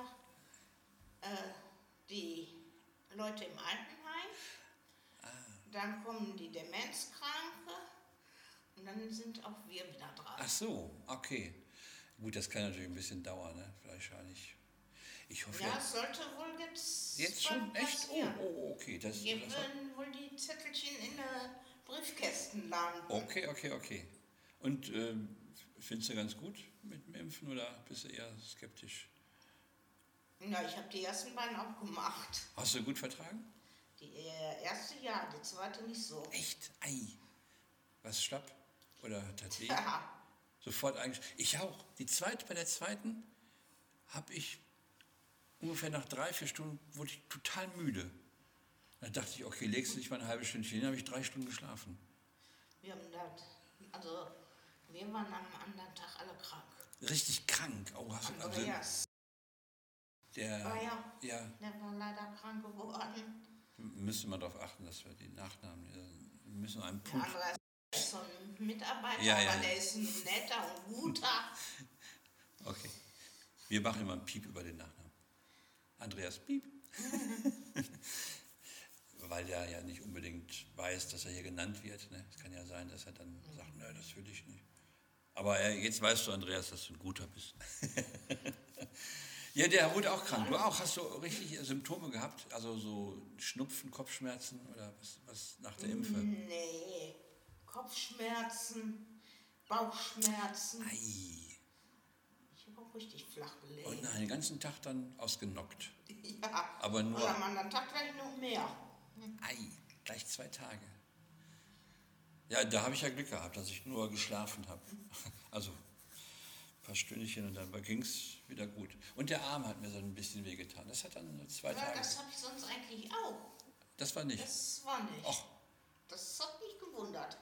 Speaker 2: äh, die Leute im Altenheim,
Speaker 1: Ah.
Speaker 2: dann kommen die Demenzkranke und dann sind auch wir wieder dran.
Speaker 1: Ach so, okay. Gut, das kann natürlich ein bisschen dauern, ne? Wahrscheinlich. Ich hoffe,
Speaker 2: Ja, es sollte wohl jetzt.
Speaker 1: jetzt
Speaker 2: bald
Speaker 1: schon echt. Oh,
Speaker 2: passieren.
Speaker 1: oh okay. Das,
Speaker 2: Hier
Speaker 1: das
Speaker 2: würden wohl die Zettelchen in der Briefkästen landen.
Speaker 1: okay, okay, okay. Und ähm, findest du ganz gut mit dem Impfen oder bist du eher skeptisch?
Speaker 2: Na, ich habe die ersten beiden auch gemacht.
Speaker 1: Hast du gut vertragen?
Speaker 2: Die äh, erste ja, die zweite nicht so.
Speaker 1: Echt? Ei. Was schlapp? Oder hat das weh?
Speaker 2: Ja,
Speaker 1: Sofort eigentlich. Ich auch. Die zweite, bei der zweiten habe ich ungefähr nach drei, vier Stunden wurde ich total müde. Dann dachte ich, okay, legst du dich mal ein halbes Stündchen hin, habe ich drei Stunden geschlafen.
Speaker 2: wir haben das. Also, wir waren am anderen Tag alle krank.
Speaker 1: Richtig krank. Oh, hast du also
Speaker 2: Andreas,
Speaker 1: der,
Speaker 2: Ah, ja.
Speaker 1: ja,
Speaker 2: der war leider krank geworden.
Speaker 1: müsste man darauf achten, dass wir den Nachnamen, äh, wir müssen einen
Speaker 2: Der
Speaker 1: Punkt.
Speaker 2: Andreas ist so ein Mitarbeiter,
Speaker 1: Ja, ja,
Speaker 2: aber
Speaker 1: ja.
Speaker 2: der ist ein netter und guter.
Speaker 1: Okay. Wir machen immer einen Piep über den Nachnamen. Andreas Piep. Weil der ja nicht unbedingt weiß, dass er hier genannt wird. Ne? Es kann ja sein, dass er dann sagt, nö, das will ich nicht. Aber äh, jetzt weißt du, Andreas, dass du ein guter bist. ja, der wurde auch krank. Du auch. Hast du richtig äh, Symptome gehabt? Also so Schnupfen, Kopfschmerzen oder was, was nach der
Speaker 2: Mm.
Speaker 1: Impfe?
Speaker 2: Nee, Kopfschmerzen, Bauchschmerzen.
Speaker 1: Ei.
Speaker 2: Ich habe auch richtig flach gelegen.
Speaker 1: Und nein, den ganzen Tag dann ausgenockt.
Speaker 2: Ja,
Speaker 1: Aber nur-
Speaker 2: Und am anderen Tag gleich noch mehr.
Speaker 1: Ei, gleich zwei Tage. Ja, da habe ich ja Glück gehabt, dass ich nur geschlafen habe. Also ein paar Stündchen und dann ging es wieder gut. Und der Arm hat mir so ein bisschen wehgetan. Das hat dann nur zwei
Speaker 2: Ja,
Speaker 1: Tage.
Speaker 2: das habe ich sonst eigentlich auch.
Speaker 1: Das war nicht.
Speaker 2: Das war nicht.
Speaker 1: Och,
Speaker 2: Das hat mich gewundert.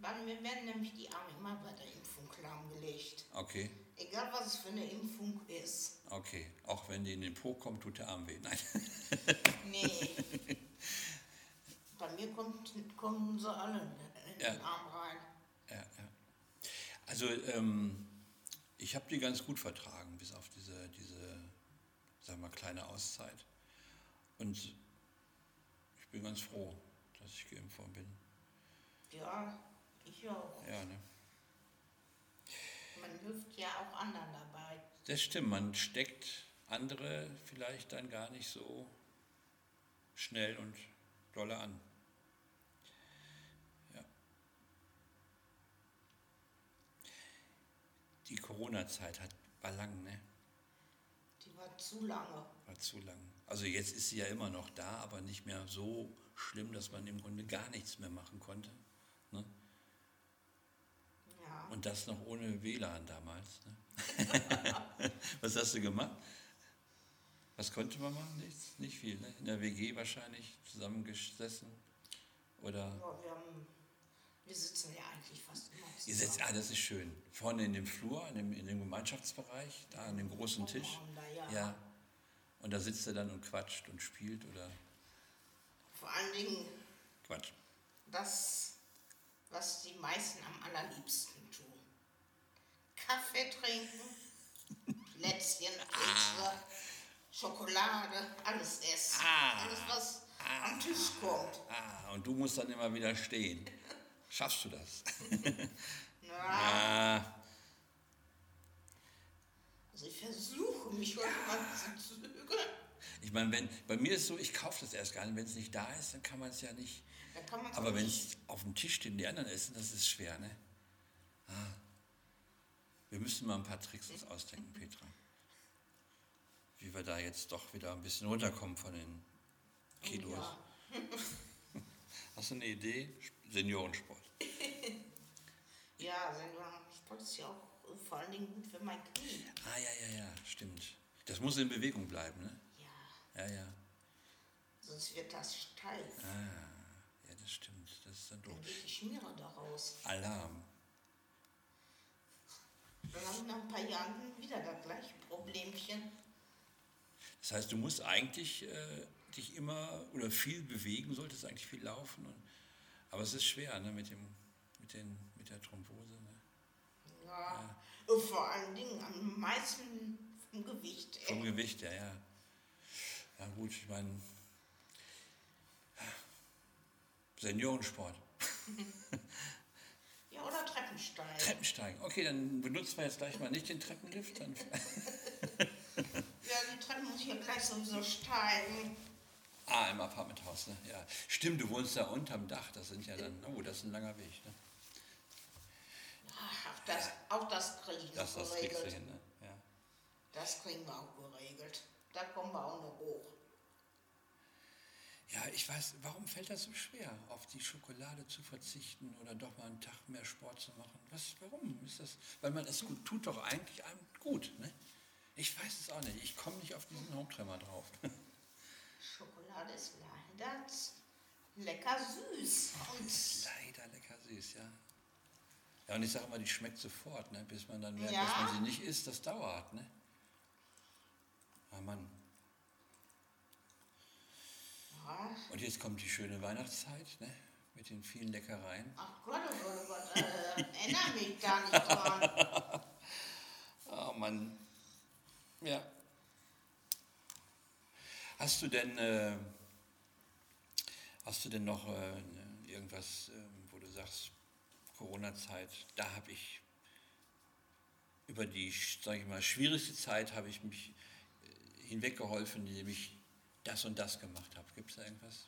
Speaker 2: Bei mir werden nämlich die Arme immer bei der Impfung lahmgelegt.
Speaker 1: okay,
Speaker 2: Egal, was es für eine Impfung ist.
Speaker 1: okay. Auch wenn die in den Po kommt, tut der Arm weh. Nein.
Speaker 2: Nee. bei mir kommt, kommen sie alle ne, in den
Speaker 1: Ja.
Speaker 2: Arm rein.
Speaker 1: Ja, ja. Also ähm, ich habe die ganz gut vertragen, bis auf diese, diese sag mal, kleine Auszeit. Und ich bin ganz froh, dass ich geimpft worden bin.
Speaker 2: Ja, ich auch.
Speaker 1: Ja, ne?
Speaker 2: Man hilft ja auch anderen dabei.
Speaker 1: Das stimmt, man steckt andere vielleicht dann gar nicht so schnell und dolle an. Ja. Die Corona-Zeit hat, war lang, ne?
Speaker 2: Die war zu lange.
Speaker 1: War zu lang. Also jetzt ist sie ja immer noch da, aber nicht mehr so schlimm, dass man im Grunde gar nichts mehr machen konnte. Ne?
Speaker 2: Ja.
Speaker 1: Und das noch ohne WLAN damals. Ne? Was hast du gemacht? Was konnte man machen? Nichts, nicht viel. Ne? In der WG wahrscheinlich zusammengesessen. Oder
Speaker 2: Ja, wir, haben, wir sitzen ja eigentlich fast immer zusammen.
Speaker 1: ihr sitzt, ah, das ist schön. Vorne in dem Flur, in dem, in dem Gemeinschaftsbereich, da an dem großen Tisch.
Speaker 2: Da, ja.
Speaker 1: Ja. Und da sitzt er dann und quatscht und spielt oder
Speaker 2: Vor allen Dingen
Speaker 1: Quatsch.
Speaker 2: das, was die meisten am allerliebsten tun. Kaffee trinken, Plätzchen, Kekse, Schokolade, alles essen.
Speaker 1: Ah.
Speaker 2: Alles, was am Tisch kommt.
Speaker 1: Ah, und du musst dann immer wieder stehen. Schaffst du das?
Speaker 2: Na,
Speaker 1: Ah,
Speaker 2: also ich versuche mich heute mal zu zügeln.
Speaker 1: ich meine, wenn bei mir ist so, ich kaufe das erst gar nicht. Wenn es nicht da ist, dann kann man es ja nicht.
Speaker 2: Da kann man
Speaker 1: Aber wenn es auf dem Tisch steht und die anderen essen, das ist schwer, ne? Ah. Wir müssen mal ein paar Tricks uns ausdenken, Petra. Wie wir da jetzt doch wieder ein bisschen runterkommen von den Kilos.
Speaker 2: Ja.
Speaker 1: Hast du eine Idee? Seniorensport.
Speaker 2: Ja, Seniorensport ist ja auch vor allen Dingen gut für mein Knie.
Speaker 1: Ah, ja, ja, ja, stimmt. Das muss in Bewegung bleiben, ne?
Speaker 2: Ja.
Speaker 1: Ja, ja.
Speaker 2: Sonst wird das steif.
Speaker 1: Ja, das stimmt. Das ist dann doof.
Speaker 2: Dann geht die Schmiere daraus.
Speaker 1: Alarm.
Speaker 2: Dann haben wir nach ein paar Jahren wieder das gleiche Problemchen.
Speaker 1: Das heißt, du musst eigentlich äh, dich immer oder viel bewegen, solltest eigentlich viel laufen. Und, aber es ist schwer, ne, mit, dem, mit, den, mit der Thrombose. Ne?
Speaker 2: Ja. Und vor allen Dingen am meisten vom Gewicht. ey.
Speaker 1: Vom Gewicht, ja, ja. Ja, gut, ich meine. Seniorensport.
Speaker 2: Ja, oder Treppensteig.
Speaker 1: Treppensteigen. Okay, dann benutzen wir jetzt gleich mal nicht den Treppenlift. Dann
Speaker 2: ja, die Treppen muss hier gleich sowieso steigen.
Speaker 1: Ah, im Apartmenthaus, ne? Ja. Stimmt, du wohnst da unterm Dach. Das sind ja dann, oh, das ist ein langer Weg, ne?
Speaker 2: Ach, das, auch das kriegen wir
Speaker 1: Das, das kriegst du
Speaker 2: geregelt.
Speaker 1: hin, ne? Ja.
Speaker 2: Das kriegen wir auch geregelt. Da kommen wir auch noch hoch.
Speaker 1: Ja, ich weiß, warum fällt das so schwer, auf die Schokolade zu verzichten oder doch mal einen Tag mehr Sport zu machen? Was, warum ist das? Weil man es gut tut, doch eigentlich einem gut, ne? Ich weiß es auch nicht. Ich komme nicht auf diesen Haupttremmer drauf.
Speaker 2: Schokolade ist leider z- lecker süß. Und
Speaker 1: Leider lecker süß, ja. Ja, und ich sage mal, die schmeckt sofort, ne? bis man dann merkt,
Speaker 2: Ja.
Speaker 1: dass man sie nicht isst, das dauert. Ne? Ah, Mann.
Speaker 2: ja,
Speaker 1: Und jetzt kommt die schöne Weihnachtszeit ne? mit den vielen Leckereien.
Speaker 2: ach Gott, oh Gott, oh Gott, äh, erinnere mich gar nicht dran.
Speaker 1: Oh Mann. Ja. Hast du denn, äh, hast du denn noch äh, ne, irgendwas, ähm, wo du sagst, Corona-Zeit, da habe ich über die, sage ich mal, schwierigste Zeit habe ich mich äh, hinweggeholfen, indem ich das und das gemacht habe. Gibt es da irgendwas?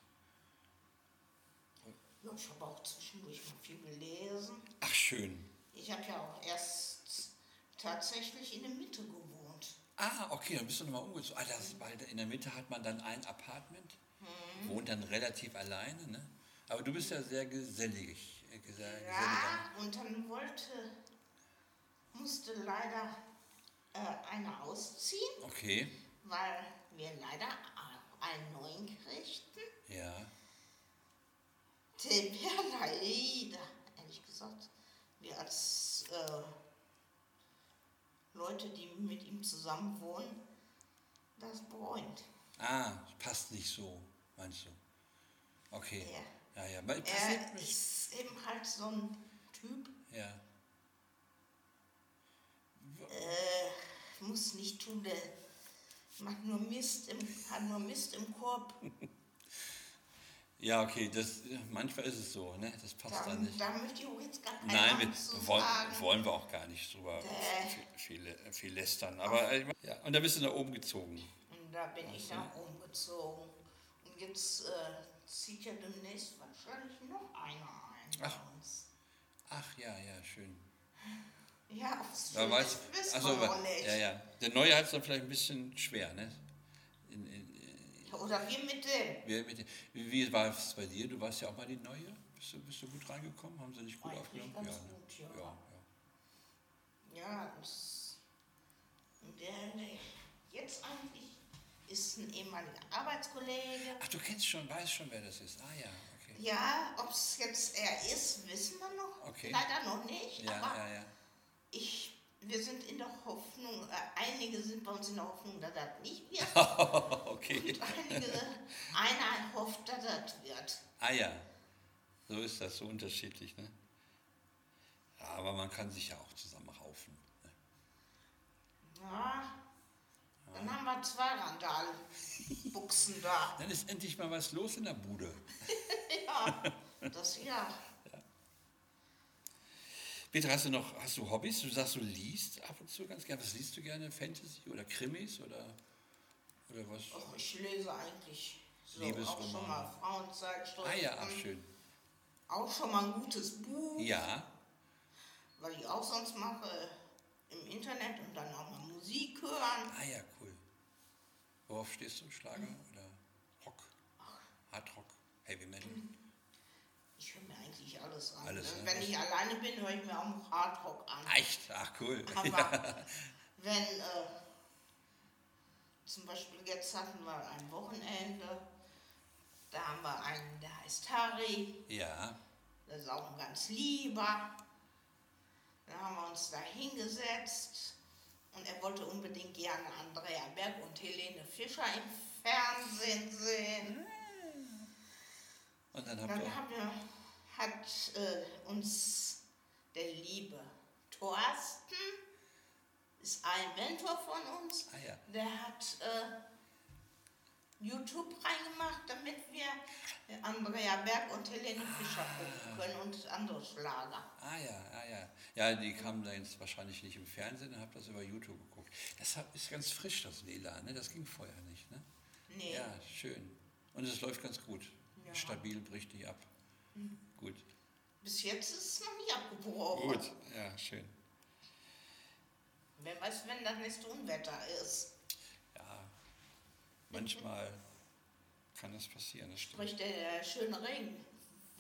Speaker 2: Ja, ich habe auch zwischendurch mal viel gelesen.
Speaker 1: Ach, schön.
Speaker 2: Ich habe ja auch erst tatsächlich in der Mitte gewohnt.
Speaker 1: Ah, okay, dann bist du nochmal umgezogen. Ah, das ist bald, in der Mitte hat man dann ein Apartment, wohnt dann relativ alleine, ne? Aber du bist ja sehr gesellig. äh, gese- geselliger.
Speaker 2: Ja, und dann wollte, musste leider äh, einer ausziehen,
Speaker 1: Okay,
Speaker 2: weil wir leider a- einen neuen kriegten.
Speaker 1: ja.
Speaker 2: Den wir leider, ehrlich gesagt, wir als äh, Leute, die mit ihm zusammen wohnen, das bräunt.
Speaker 1: Ah, passt nicht so, meinst du? Okay. Ja, ja, weil passiert
Speaker 2: Er
Speaker 1: mich.
Speaker 2: ist eben halt so ein Typ,
Speaker 1: Ja.
Speaker 2: muss nicht tun, der macht nur Mist im, hat nur Mist im Korb.
Speaker 1: ja, okay, das, manchmal ist es so, ne? Das passt
Speaker 2: Da,
Speaker 1: dann nicht.
Speaker 2: da möchte ich auch jetzt gar keine
Speaker 1: Nein,
Speaker 2: Ahnung
Speaker 1: wir wollen,
Speaker 2: sagen.
Speaker 1: wollen wir auch gar nicht drüber
Speaker 2: Äh.
Speaker 1: viel, viel, viel lästern. Aber, äh, ja, und dann bist du nach oben gezogen.
Speaker 2: Und da bin ich dann umgezogen. Und jetzt äh, zieht ja demnächst wahrscheinlich noch einer ein. bei
Speaker 1: Ach.
Speaker 2: uns.
Speaker 1: Ach ja, ja, schön.
Speaker 2: Ja, aufs
Speaker 1: Ja, weiß,
Speaker 2: Hm, wissen
Speaker 1: also,
Speaker 2: wir noch nicht.
Speaker 1: ja, ja. Der Neue hat es dann vielleicht ein bisschen schwer, ne? In, in,
Speaker 2: Oder wir mit dem.
Speaker 1: wer mit, den- wie wie war es bei dir? Du warst ja auch mal die Neue. Bist du, bist du gut reingekommen? Haben sie dich gut
Speaker 2: Eigentlich
Speaker 1: aufgenommen?
Speaker 2: ganz
Speaker 1: ne?
Speaker 2: gut, ja.
Speaker 1: ja, ja.
Speaker 2: Ja, das, und der, der jetzt eigentlich ist ein ehemaliger Arbeitskollege.
Speaker 1: Ach, du kennst schon, weißt schon, wer das ist. Ah ja, okay.
Speaker 2: Ja, ob es jetzt er ist, wissen wir noch.
Speaker 1: Okay.
Speaker 2: Leider noch nicht.
Speaker 1: Ja,
Speaker 2: aber
Speaker 1: ja, ja.
Speaker 2: ich, wir sind in der Hoffnung, äh, einige sind bei uns in der Hoffnung, dass das nicht wird.
Speaker 1: okay.
Speaker 2: Und einige, einer hofft, dass das wird.
Speaker 1: Ah ja, so ist das, so unterschiedlich, ne? Ja, aber man kann sich ja auch zusammenraufen. Ne?
Speaker 2: Ja. Dann haben wir zwei Randalbuchsen da.
Speaker 1: Dann ist endlich mal was los in der Bude.
Speaker 2: Ja, das ja.
Speaker 1: Peter, hast du noch, hast du Hobbys? Du sagst, du liest ab und zu ganz gerne. Was liest du gerne? Fantasy oder Krimis oder, oder was?
Speaker 2: Och, ich lese eigentlich so auch
Speaker 1: Liebesromane.
Speaker 2: schon mal Frauenzeitschriften.
Speaker 1: ah ja, ach schön.
Speaker 2: Auch schon mal ein gutes Buch,
Speaker 1: Ja,
Speaker 2: weil ich auch sonst mache im Internet und dann auch mal Musik hören.
Speaker 1: ah ja, cool. Worauf stehst du? Schlager
Speaker 2: Hm.
Speaker 1: oder Rock? Hardrock? Heavy Metal?
Speaker 2: Hm. Ich höre mir eigentlich alles an.
Speaker 1: Alles,
Speaker 2: ne?
Speaker 1: ne?
Speaker 2: Wenn ich alleine bin, höre ich mir auch noch Hardrock an.
Speaker 1: Echt? Ach cool.
Speaker 2: Aber
Speaker 1: Ja.
Speaker 2: wenn äh, zum Beispiel jetzt hatten wir ein Wochenende, da haben wir einen, der heißt Harry,
Speaker 1: ja,
Speaker 2: das ist auch ein ganz lieber. Da haben wir uns da hingesetzt und er wollte unbedingt gerne Andrea Berg und Helene Fischer im Fernsehen sehen.
Speaker 1: und dann habt ihr
Speaker 2: Dann
Speaker 1: auch,
Speaker 2: haben wir, hat äh, uns der liebe Thorsten, ist ein Mentor von uns,
Speaker 1: ah ja,
Speaker 2: der hat äh, YouTube reingemacht, damit wir Andrea Berg und Helene Fischer gucken können und andere Schlager.
Speaker 1: Ah ja, ah ja. Ja, die kamen da jetzt wahrscheinlich nicht im Fernsehen und habe das über YouTube geguckt. Das hab- ist ganz frisch, das Lila, ne? Das ging vorher nicht, ne?
Speaker 2: Nee.
Speaker 1: Ja, schön. Und es läuft ganz gut.
Speaker 2: Ja. Mhm.
Speaker 1: Stabil bricht die ab. Gut.
Speaker 2: Bis jetzt ist es noch nicht abgebrochen.
Speaker 1: Gut, ja, schön.
Speaker 2: Wer weiß, wenn das nächste Unwetter ist.
Speaker 1: Ja, manchmal kann das passieren, das stimmt.
Speaker 2: Sprich der schöne Regen,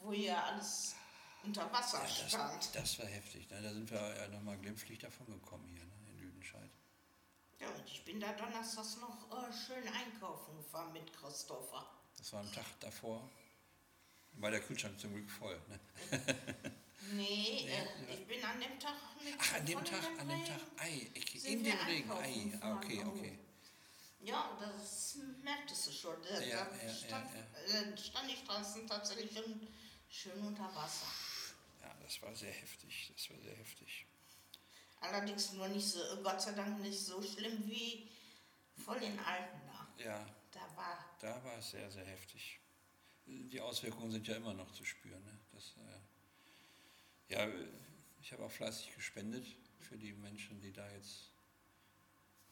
Speaker 2: wo hier alles unter Wasser
Speaker 1: Ja,
Speaker 2: stand.
Speaker 1: das, das war heftig. Ne? Da sind wir ja nochmal glimpflich davon gekommen hier ne? in Lüdenscheid.
Speaker 2: Ja, und ich bin da donnerstags noch äh, schön einkaufen gefahren mit Christopher.
Speaker 1: Das war am Tag davor. War der Kühlschrank zum Glück voll. Ne? Nee,
Speaker 2: Nee,
Speaker 1: ne.
Speaker 2: äh, ich bin an dem Tag mit
Speaker 1: Ach, an dem
Speaker 2: voll in
Speaker 1: Tag,
Speaker 2: den
Speaker 1: an dem
Speaker 2: Regen.
Speaker 1: Tag. Ei, ich,
Speaker 2: Sind
Speaker 1: in
Speaker 2: wir
Speaker 1: dem Regen.
Speaker 2: einkaufen
Speaker 1: Ei, ah, okay,
Speaker 2: gefahren,
Speaker 1: okay.
Speaker 2: Ja, das merktest du schon. Da,
Speaker 1: Ja,
Speaker 2: da
Speaker 1: ja,
Speaker 2: stand, äh, stand die Straßen tatsächlich schon schön unter Wasser. um.
Speaker 1: Ja, das war sehr heftig. Das war sehr heftig.
Speaker 2: Allerdings nur nicht so, Gott sei Dank nicht so schlimm wie voll in Alten da.
Speaker 1: Ja,
Speaker 2: Da war,
Speaker 1: da war es sehr, sehr heftig. Die Auswirkungen sind ja immer noch zu spüren. Ne? Das, äh, ja, ich habe auch fleißig gespendet für die Menschen, die da jetzt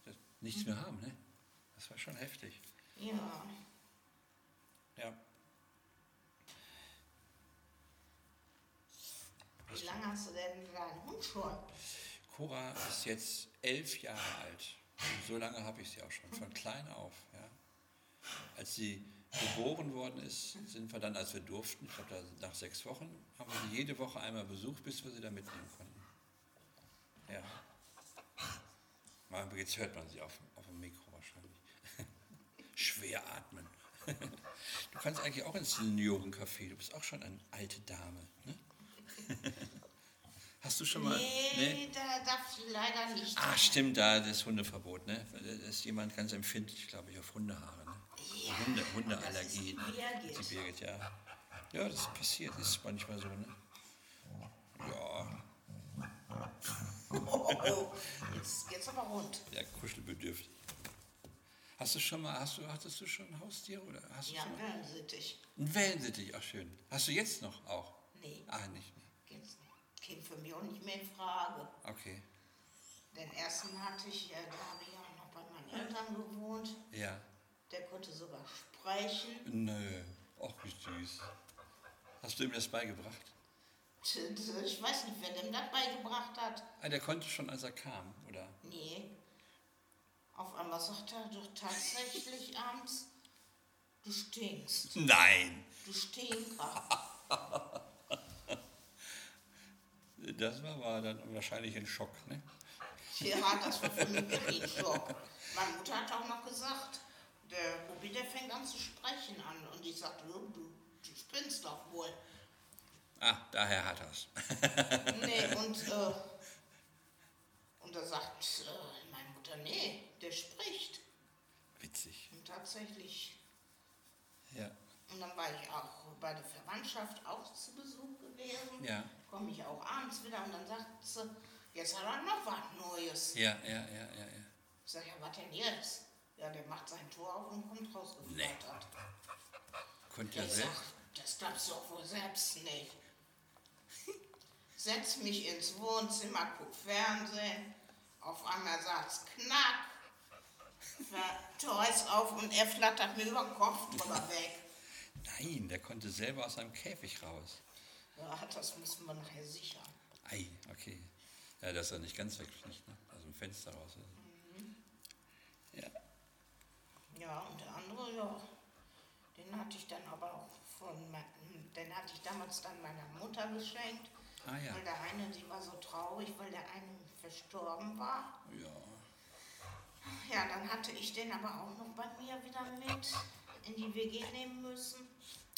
Speaker 1: das, nichts mehr haben. Ne? Das war schon heftig.
Speaker 2: ja,
Speaker 1: Ja.
Speaker 2: wie lange hast du denn deinen Hund schon?
Speaker 1: Cora ist jetzt elf Jahre alt. Und so lange habe ich sie auch schon, von klein auf. Ja. Als sie geboren worden ist, sind wir dann, als wir durften, ich glaube da- nach sechs Wochen, haben wir sie jede Woche einmal besucht, bis wir sie da mitnehmen konnten. Ja. Mal- Jetzt hört man sie auf, auf dem Mikro wahrscheinlich. Schwer atmen. du kannst eigentlich auch ins Seniorencafé, du bist auch schon eine alte Dame. Ne? Hast du schon mal.
Speaker 2: nee,
Speaker 1: Nee?
Speaker 2: da darf ich leider nicht.
Speaker 1: Ah, stimmt, da das Hundeverbot, ne? Da ist jemand ganz empfindlich, glaube ich, auf Hundehaare, ne?
Speaker 2: Ja,
Speaker 1: Hunde, Hundeallergie,
Speaker 2: das ist
Speaker 1: ne?
Speaker 2: Birgit.
Speaker 1: Die Birgit, ja. Ja, das passiert, ist manchmal so, ne? Ja,
Speaker 2: Oh, oh, oh. Jetzt geht's aber rund.
Speaker 1: ja, kuschelbedürftig. Hast du schon mal, hast du, hattest du schon Haustiere oder hast du
Speaker 2: Ja, ne, also
Speaker 1: schon mal?
Speaker 2: Wellensittich.
Speaker 1: Ein Wellensittich, auch schön. Hast du jetzt noch auch?
Speaker 2: Nee,
Speaker 1: Ah, nicht mehr.
Speaker 2: geht's nicht. Käme für mich auch nicht mehr in Frage.
Speaker 1: Okay,
Speaker 2: Den ersten hatte ich, äh, da habe ich auch noch bei meinen Eltern gewohnt.
Speaker 1: ja.
Speaker 2: Der konnte sogar sprechen.
Speaker 1: Nö, auch wie süß. Hast du ihm das beigebracht?
Speaker 2: T- t- Ich weiß nicht, wer dem das beigebracht hat.
Speaker 1: Ah, der konnte schon, als er kam, oder?
Speaker 2: Nee. Auf einmal sagt er doch tatsächlich abends, du stinkst,
Speaker 1: Nein!
Speaker 2: du Stinker.
Speaker 1: Das war aber dann wahrscheinlich ein Schock, ne?
Speaker 2: Ja, das war für mich wirklich ein Schock. Meine Mutter hat auch noch gesagt, der Bubi, der fängt an zu sprechen an. Und ich sagte, du, du, du spinnst doch wohl.
Speaker 1: Ah, daher hat er's.
Speaker 2: Nee, und, äh, und da sagt äh, meine Mutter, nee, der spricht.
Speaker 1: Witzig.
Speaker 2: Und tatsächlich.
Speaker 1: Ja.
Speaker 2: Und dann war ich auch bei der Verwandtschaft auch zu Besuch gewesen.
Speaker 1: Ja.
Speaker 2: Komme ich auch abends wieder und dann sagt sie, jetzt hat er noch was Neues.
Speaker 1: Ja, ja, ja, ja, ja.
Speaker 2: Ich sage, ja, was denn jetzt? Ja, der macht sein Tor auf und kommt rausgeflattert.
Speaker 1: Konnte ja ne?
Speaker 2: Ich
Speaker 1: sehr.
Speaker 2: sag, das glaubst du doch wohl selbst nicht. Setz mich ins Wohnzimmer, guck Fernsehen. Auf einmal sagt's knack. Ver- Tor ist auf und er flattert mir über den Kopf drüber weg.
Speaker 1: Nein, der konnte selber aus seinem Käfig raus.
Speaker 2: Ja, das müssen wir nachher sichern.
Speaker 1: Ei, okay. Ja, dass er nicht ganz wegfliegt, ne? Aus dem Fenster raus. also. Ja.
Speaker 2: Ja, und der andere, ja, den hatte ich dann aber auch von, mein- den hatte ich damals dann meiner Mutter geschenkt.
Speaker 1: Ah ja.
Speaker 2: Weil der eine, die war so traurig, weil der eine verstorben war.
Speaker 1: Ja.
Speaker 2: Ja, dann hatte ich den aber auch noch bei mir wieder mit in die WG nehmen müssen.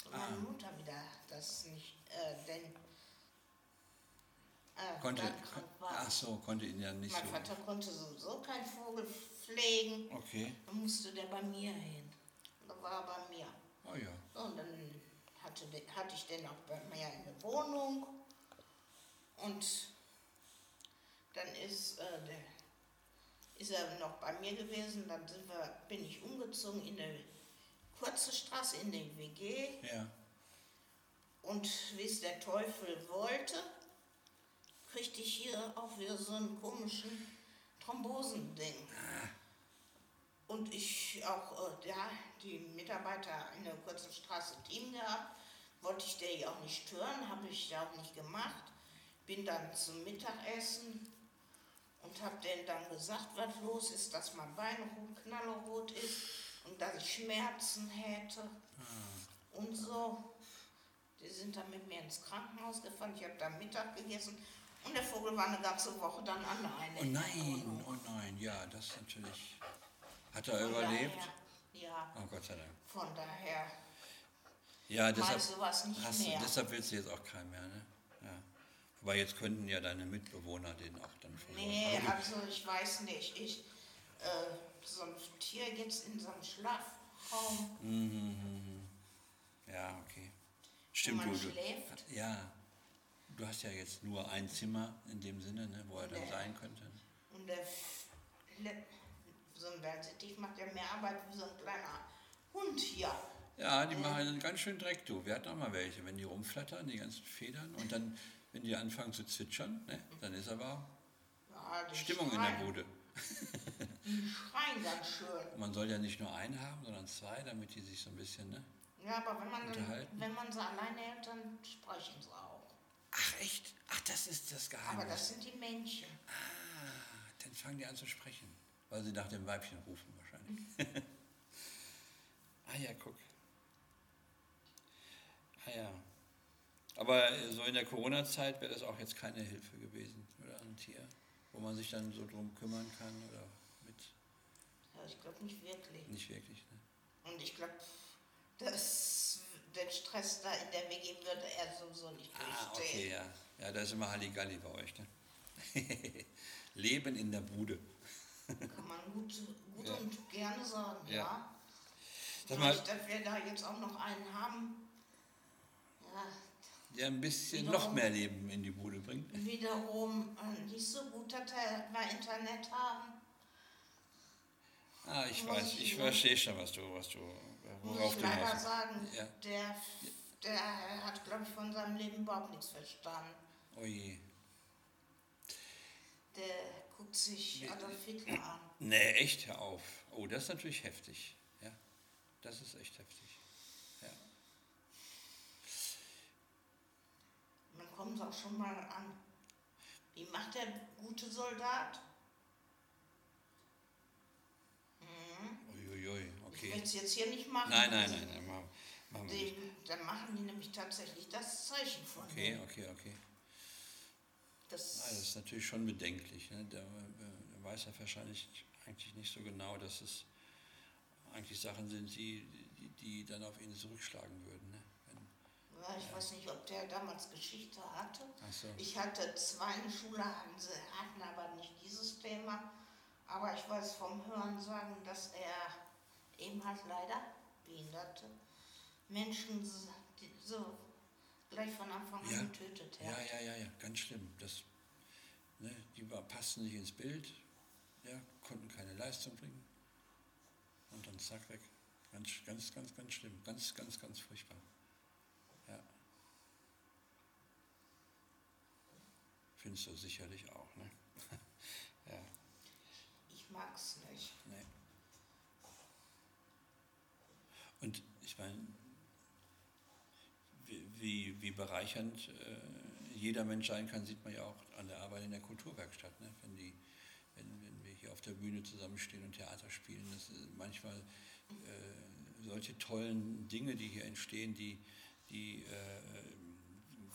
Speaker 2: Und
Speaker 1: Ah.
Speaker 2: meine Mutter wieder das nicht, äh, denn äh,
Speaker 1: Konnte.
Speaker 2: dann krank war.
Speaker 1: Ach so, konnte ihn ja nicht
Speaker 2: mein
Speaker 1: so.
Speaker 2: Vater konnte sowieso keinen Vogel pflegen.
Speaker 1: Okay.
Speaker 2: Dann musste der bei mir hin. Da war er bei mir.
Speaker 1: Oh ja.
Speaker 2: So, und dann hatte, de- hatte ich den auch bei mir in der Wohnung. Und dann ist, äh, der, ist er noch bei mir gewesen. Dann sind wir, bin ich umgezogen in eine kurze Straße in die WG.
Speaker 1: Ja.
Speaker 2: Und wie es der Teufel wollte, kriegte ich hier auch wieder so einen komischen Thrombosending. Und ich auch, äh, ja, die Mitarbeiter in der kurzen Straße Team gehabt, wollte ich der ja auch nicht stören, habe ich ja auch nicht gemacht. Bin dann zum Mittagessen und habe denen dann gesagt, was los ist, dass mein Bein ro- knallerrot ist und dass ich Schmerzen hätte
Speaker 1: Ah.
Speaker 2: und so. Die sind dann mit mir ins Krankenhaus gefahren, ich habe dann Mittag gegessen und der Vogel war eine ganze Woche dann alleine.
Speaker 1: Oh
Speaker 2: in der
Speaker 1: nein,
Speaker 2: Wohnung.
Speaker 1: oh nein, ja, das ist natürlich. Hat er
Speaker 2: Von
Speaker 1: überlebt?
Speaker 2: Daher, ja,
Speaker 1: Oh Gott sei Dank.
Speaker 2: von daher
Speaker 1: Ja,
Speaker 2: mag
Speaker 1: deshalb,
Speaker 2: sowas nicht
Speaker 1: hast,
Speaker 2: mehr.
Speaker 1: deshalb willst du jetzt auch keinen mehr, ne? Ja. Wobei jetzt könnten ja deine Mitbewohner den auch dann verloren.
Speaker 2: Nee, also ich weiß nicht. Ich, äh, so ein Tier jetzt in so einem Schlafraum,
Speaker 1: Mhm, Ja, okay.
Speaker 2: wo
Speaker 1: Stimmt,
Speaker 2: man
Speaker 1: du, du,
Speaker 2: schläft.
Speaker 1: ja. Du hast ja jetzt nur ein Zimmer in dem Sinne, ne, wo er dann
Speaker 2: Nee.
Speaker 1: sein könnte.
Speaker 2: Und der F- Le- so ein Wellensittich macht ja mehr Arbeit wie so ein kleiner Hund hier.
Speaker 1: Ja, die machen einen ganz schön Dreck, du. Wir hatten auch mal welche, wenn die rumflattern, die ganzen Federn und dann, wenn die anfangen zu zwitschern, ne, dann ist aber
Speaker 2: Ja, die
Speaker 1: Stimmung in
Speaker 2: schreien,
Speaker 1: der Bude.
Speaker 2: Die schreien ganz schön.
Speaker 1: Und man soll ja nicht nur einen haben, sondern zwei, damit die sich so ein bisschen, ne?
Speaker 2: Ja, aber wenn man, dann,
Speaker 1: Unterhalten.
Speaker 2: wenn man sie alleine hält, dann sprechen sie auch.
Speaker 1: Ach echt? Ach, das ist das
Speaker 2: Aber
Speaker 1: Geheimnis.
Speaker 2: das sind die Männchen.
Speaker 1: Ah, dann fangen die an zu sprechen, weil sie nach dem Weibchen rufen wahrscheinlich. ah ja, guck. Ah ja. Aber so in der Corona-Zeit wäre das auch jetzt keine Hilfe gewesen, oder ein Tier, wo man sich dann so drum kümmern kann oder mit.
Speaker 2: Ja, ich glaube nicht wirklich.
Speaker 1: Nicht wirklich, ne?
Speaker 2: Und ich glaube, dass den Stress da in der WG würde er sowieso nicht
Speaker 1: Ah, okay,
Speaker 2: durchstehen.
Speaker 1: ja. Ja, da ist immer Halligalli bei euch, ne? Leben in der Bude.
Speaker 2: Kann man gut, gut
Speaker 1: Ja.
Speaker 2: und gerne sagen,
Speaker 1: Ja.
Speaker 2: ja.
Speaker 1: Sag
Speaker 2: Sag
Speaker 1: mal-
Speaker 2: dass wir da jetzt auch noch einen haben. Ja,
Speaker 1: Der ein bisschen
Speaker 2: Wiederum.
Speaker 1: noch mehr Leben in die Bude bringt.
Speaker 2: wiederum äh, nicht so gut, dass wir mal Internet haben.
Speaker 1: Ah, ich
Speaker 2: Muss
Speaker 1: weiß,
Speaker 2: ich
Speaker 1: ich
Speaker 2: ihm-
Speaker 1: verstehe schon, was du, was du, äh, worauf
Speaker 2: Oh, Muss ich
Speaker 1: du
Speaker 2: leider
Speaker 1: hinaus
Speaker 2: sagen,
Speaker 1: Ja.
Speaker 2: der, der hat, glaube ich, von seinem Leben überhaupt nichts verstanden.
Speaker 1: Oh je.
Speaker 2: Der guckt sich Adolf Hitler an.
Speaker 1: Nee, echt, hör auf. Oh, das ist natürlich heftig. Ja, das ist echt heftig. Ja.
Speaker 2: Man kommt auch schon mal an. Wie macht der gute Soldat?
Speaker 1: Uiuiui,
Speaker 2: Ich
Speaker 1: okay.
Speaker 2: möchte es jetzt hier nicht machen.
Speaker 1: Nein, nein, nein, nein, machen, machen wir nicht.
Speaker 2: Den, dann machen die nämlich tatsächlich das Zeichen von
Speaker 1: Okay,
Speaker 2: dem.
Speaker 1: okay, okay. Ah, das
Speaker 2: Das,
Speaker 1: ist natürlich schon bedenklich. Ne? Da, äh, da weiß er wahrscheinlich eigentlich nicht so genau, dass es eigentlich Sachen sind, die, die, die dann auf ihn zurückschlagen würden. Ne? Wenn,
Speaker 2: ja, ich weiß nicht, ob der damals Geschichte hatte.
Speaker 1: ach so.
Speaker 2: Ich hatte zwei in der Schule, hatten sie- hatten aber nicht dieses Thema. Aber ich weiß vom Hören sagen, dass er eben halt leider behinderte Menschen so- die so gleich von Anfang an
Speaker 1: Ja.
Speaker 2: getötet
Speaker 1: Ja,
Speaker 2: hat.
Speaker 1: ja, ja, ja, ganz schlimm. Das, ne, die war, passten nicht ins Bild, ja, konnten keine Leistung bringen. Und dann zack weg. Ganz, ganz, ganz, ganz schlimm. Ganz, ganz, ganz furchtbar. Ja. Findest du sicherlich auch, ne? ja,
Speaker 2: Ich mag's nicht.
Speaker 1: ne. Und ich meine, wie, wie, wie bereichernd äh, jeder Mensch sein kann, sieht man ja auch an der Arbeit in der Kulturwerkstatt. Ne? Wenn, die, wenn, wenn wir hier auf der Bühne zusammenstehen und Theater spielen, das ist manchmal äh, solche tollen Dinge, die hier entstehen, die, die äh,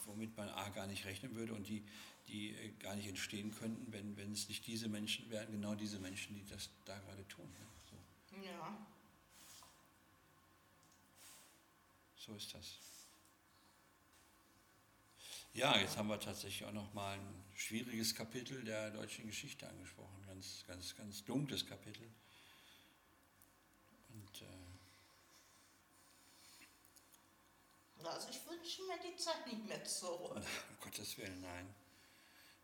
Speaker 1: womit man A gar nicht rechnen würde und die, die äh, gar nicht entstehen könnten, wenn, wenn es nicht diese Menschen wären, genau diese Menschen, die das da gerade tun. Ne? So,
Speaker 2: Ja.
Speaker 1: so ist das. Ja, jetzt haben wir tatsächlich auch noch mal ein schwieriges Kapitel der deutschen Geschichte angesprochen, ganz, ganz, ganz dunkles Kapitel. Und äh,
Speaker 2: Also ich wünsche mir die Zeit nicht mehr zurück.
Speaker 1: um Gottes Willen, nein,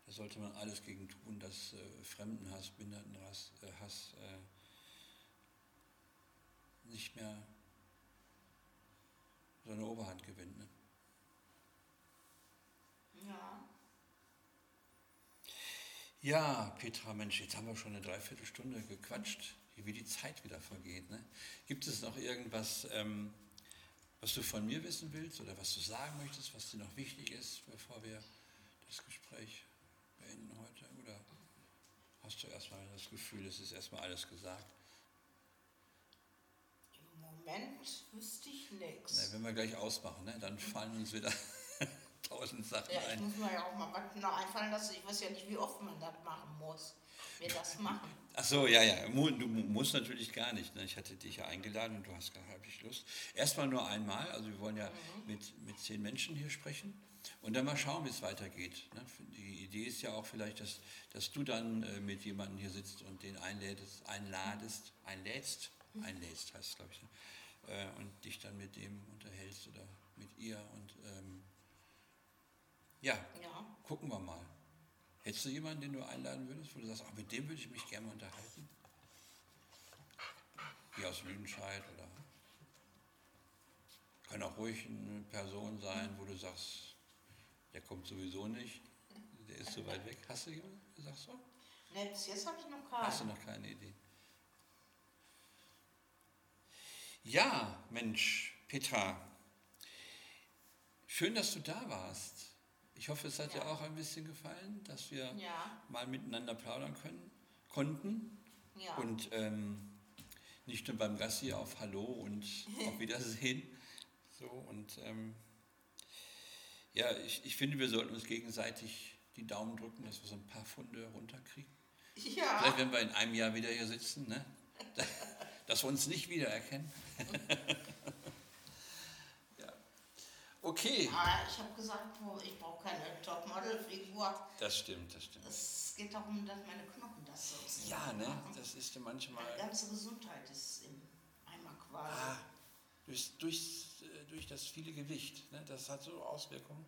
Speaker 1: da sollte man alles gegen tun, dass äh, Fremdenhass, Behindertenhass äh, Hass, äh, nicht mehr seine Oberhand gewinnt. Ne?
Speaker 2: Ja.
Speaker 1: Ja, Petra, Mensch, jetzt haben wir schon eine Dreiviertelstunde gequatscht, wie die Zeit wieder vergeht. Ne? Gibt es noch irgendwas, ähm, was du von mir wissen willst oder was du sagen möchtest, was dir noch wichtig ist, bevor wir das Gespräch beenden heute? Oder hast du erstmal das Gefühl, es ist erstmal alles gesagt?
Speaker 2: Im Moment wüsste ich
Speaker 1: Ne,
Speaker 2: nichts.
Speaker 1: wenn wir gleich ausmachen, ne, dann fallen uns wieder tausend Sachen
Speaker 2: Ja, ich
Speaker 1: ein.
Speaker 2: muss mir ja auch mal was noch einfallen lassen. Ich weiß ja nicht, wie oft man das machen muss. Wir das machen.
Speaker 1: Ach so, ja, ja. Mu- Du mu- musst natürlich gar nicht. Ne? Ich hatte dich ja eingeladen und du hast gar nicht Lust. Erstmal nur einmal. Also wir wollen ja mit, mit zehn Menschen hier sprechen und dann mal schauen, wie es weitergeht. Ne? Die Idee ist ja auch vielleicht, dass, dass du dann äh, mit jemandem hier sitzt und den einlädest, einladest, einlädst, einlädst heißt es, glaube ich, ne? äh, und dich dann mit dem unterhältst oder mit ihr und ähm, ja,
Speaker 2: Ja.
Speaker 1: Gucken wir mal. Hättest du jemanden, den du einladen würdest, wo du sagst, ach, mit dem würde ich mich gerne unterhalten? Hier aus Lüdenscheid oder. Kann auch ruhig eine Person sein, wo du sagst, der kommt sowieso nicht, der ist so weit weg. Hast du jemanden? Du sagst so?
Speaker 2: Ne, bis jetzt habe ich noch
Speaker 1: Hast du
Speaker 2: keinen.
Speaker 1: noch keine Idee? Ja, Mensch, Petra. Schön, dass du da warst. Ich hoffe, es hat
Speaker 2: Ja.
Speaker 1: dir auch ein bisschen gefallen, dass wir
Speaker 2: Ja,
Speaker 1: mal miteinander plaudern können, konnten.
Speaker 2: ja.
Speaker 1: Und ähm, nicht nur beim Gassi auf Hallo und auf Wiedersehen. So, und ähm, ja, ich, ich finde, wir sollten uns gegenseitig die Daumen drücken, dass wir so ein paar Funde runterkriegen.
Speaker 2: ja.
Speaker 1: Vielleicht, wenn wir in einem Jahr wieder hier sitzen, ne? dass wir uns nicht wiedererkennen. ja. Okay.
Speaker 2: Ah, ich habe gesagt, wo- ich brauche keine Topmodel-Figur.
Speaker 1: Das stimmt, das stimmt.
Speaker 2: Es geht darum, dass meine Knochen das so sind.
Speaker 1: Ja, ne? Das ist ja
Speaker 2: Meine
Speaker 1: manchmal
Speaker 2: ganze Gesundheit ist im Eimer quasi.
Speaker 1: ah, durch, durch, äh, durch das viele Gewicht. Ne? Das hat so Auswirkungen.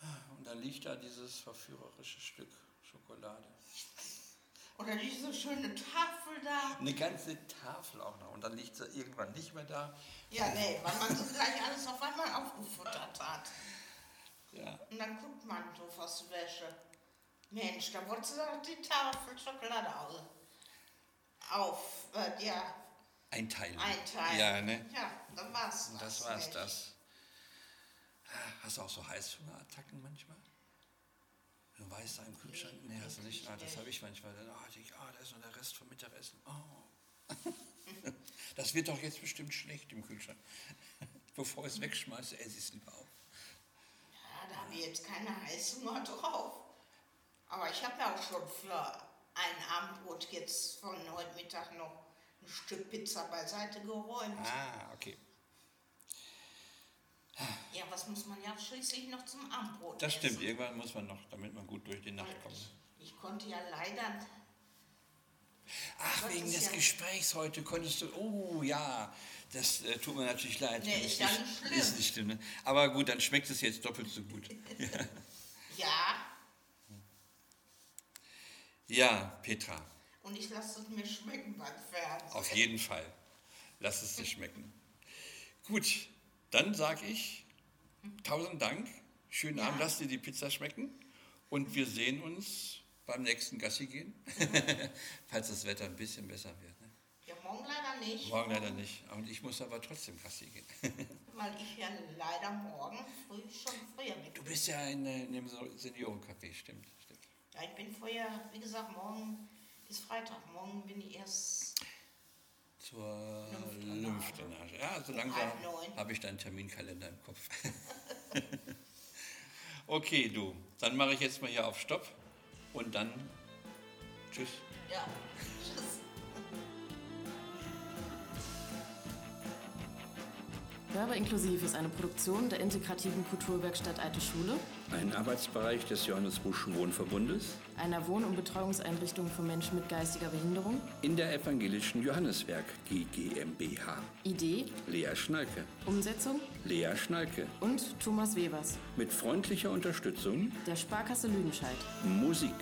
Speaker 1: Ah, Und dann liegt da dieses verführerische Stück Schokolade.
Speaker 2: Oder diese schöne Tafel da.
Speaker 1: Eine ganze Tafel auch noch. Und dann liegt sie irgendwann nicht mehr da.
Speaker 2: Ja, nee, weil man so gleich alles auf einmal aufgefuttert hat.
Speaker 1: Ja.
Speaker 2: Und dann guckt man so aus der Wäsche. Mensch, da wollte sie doch die Tafel Schokolade aus. Auf, äh, ja,
Speaker 1: Einteilen.
Speaker 2: einteilen.
Speaker 1: Ja, ne?
Speaker 2: Ja, dann war's
Speaker 1: Und das
Speaker 2: das
Speaker 1: war's,
Speaker 2: nicht.
Speaker 1: das. Ah, Hast du auch so Heißhungerattacken manchmal? Du weißt, da im Kühlschrank, nee, hast du nicht. Ah, das habe ich manchmal. Dann ah, denk ich, ah, da ist noch der Rest vom Mittagessen. Oh. Das wird doch jetzt bestimmt schlecht im Kühlschrank. Bevor ich es wegschmeiße, esse ich es lieber auf.
Speaker 2: Ja, da habe ich jetzt keine Heißhunger drauf. Aber ich habe ja auch schon für ein Abendbrot jetzt von heute Mittag noch ein Stück Pizza beiseite geräumt.
Speaker 1: Ah, okay.
Speaker 2: Ja, was muss man ja schließlich noch zum Abendbrot
Speaker 1: Ah. Das
Speaker 2: essen?
Speaker 1: stimmt, irgendwann muss man noch, damit man gut durch die Nacht kommt.
Speaker 2: Ich, ich konnte ja leider,
Speaker 1: Ach, wegen des Gesprächs heute konntest du. Oh ja, das äh, tut mir natürlich leid.
Speaker 2: Nee, ist ja
Speaker 1: nicht-
Speaker 2: nicht schlimm.
Speaker 1: Ist nicht schlimm. Ne? Aber gut, dann schmeckt es jetzt doppelt so gut.
Speaker 2: ja,
Speaker 1: Ja, Petra,
Speaker 2: und ich lasse es mir schmecken beim Fernsehen.
Speaker 1: auf jeden Fall. Lass es dir schmecken. Gut, dann sage ich tausend Dank. Schönen Abend, lass dir die Pizza schmecken. Und wir sehen uns beim nächsten Gassi gehen, falls das Wetter ein bisschen besser wird. Ne?
Speaker 2: Ja, morgen leider nicht,
Speaker 1: Morgen leider nicht. Und ich muss aber trotzdem Gassi gehen.
Speaker 2: weil ich ja leider morgen früh schon früher mit.
Speaker 1: Du bist ja in, äh, in dem So- Seniorencafé, stimmt. stimmt.
Speaker 2: Ja, ich bin vorher, wie gesagt, morgen bis Freitag. Morgen bin ich erst
Speaker 1: Zur
Speaker 2: Lymphdrainage.
Speaker 1: Lymphdrainage. Ja, so
Speaker 2: Um
Speaker 1: langsam
Speaker 2: halb neun.
Speaker 1: habe ich deinen Terminkalender im Kopf. okay, du. Dann mache ich jetzt mal hier auf Stopp und dann tschüss.
Speaker 2: Ja, tschüss.
Speaker 3: Werbe inklusiv ist eine Produktion der integrativen Kulturwerkstatt Alte Schule,
Speaker 1: Ein Arbeitsbereich des Johannes Busch Wohnverbundes
Speaker 3: einer Wohn- und Betreuungseinrichtung für Menschen mit geistiger Behinderung.
Speaker 1: in der evangelischen Johanneswerk, die GmbH.
Speaker 3: Idee,
Speaker 1: Lea Schnalke.
Speaker 3: Umsetzung
Speaker 1: Lea Schnalke.
Speaker 3: und Thomas Webers,
Speaker 1: Mit freundlicher Unterstützung
Speaker 3: der Sparkasse Lüdenscheid.
Speaker 1: Musik.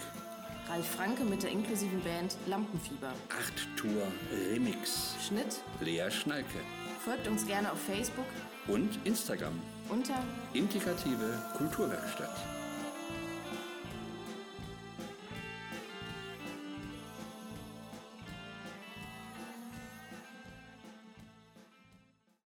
Speaker 3: Ralf Franke mit der inklusiven Band Lampenfieber.
Speaker 1: Acht Tour Remix.
Speaker 3: Schnitt,
Speaker 1: Lea Schnalke.
Speaker 3: folgt uns gerne auf Facebook
Speaker 1: und Instagram.
Speaker 3: Unter
Speaker 1: Integrative Kulturwerkstatt.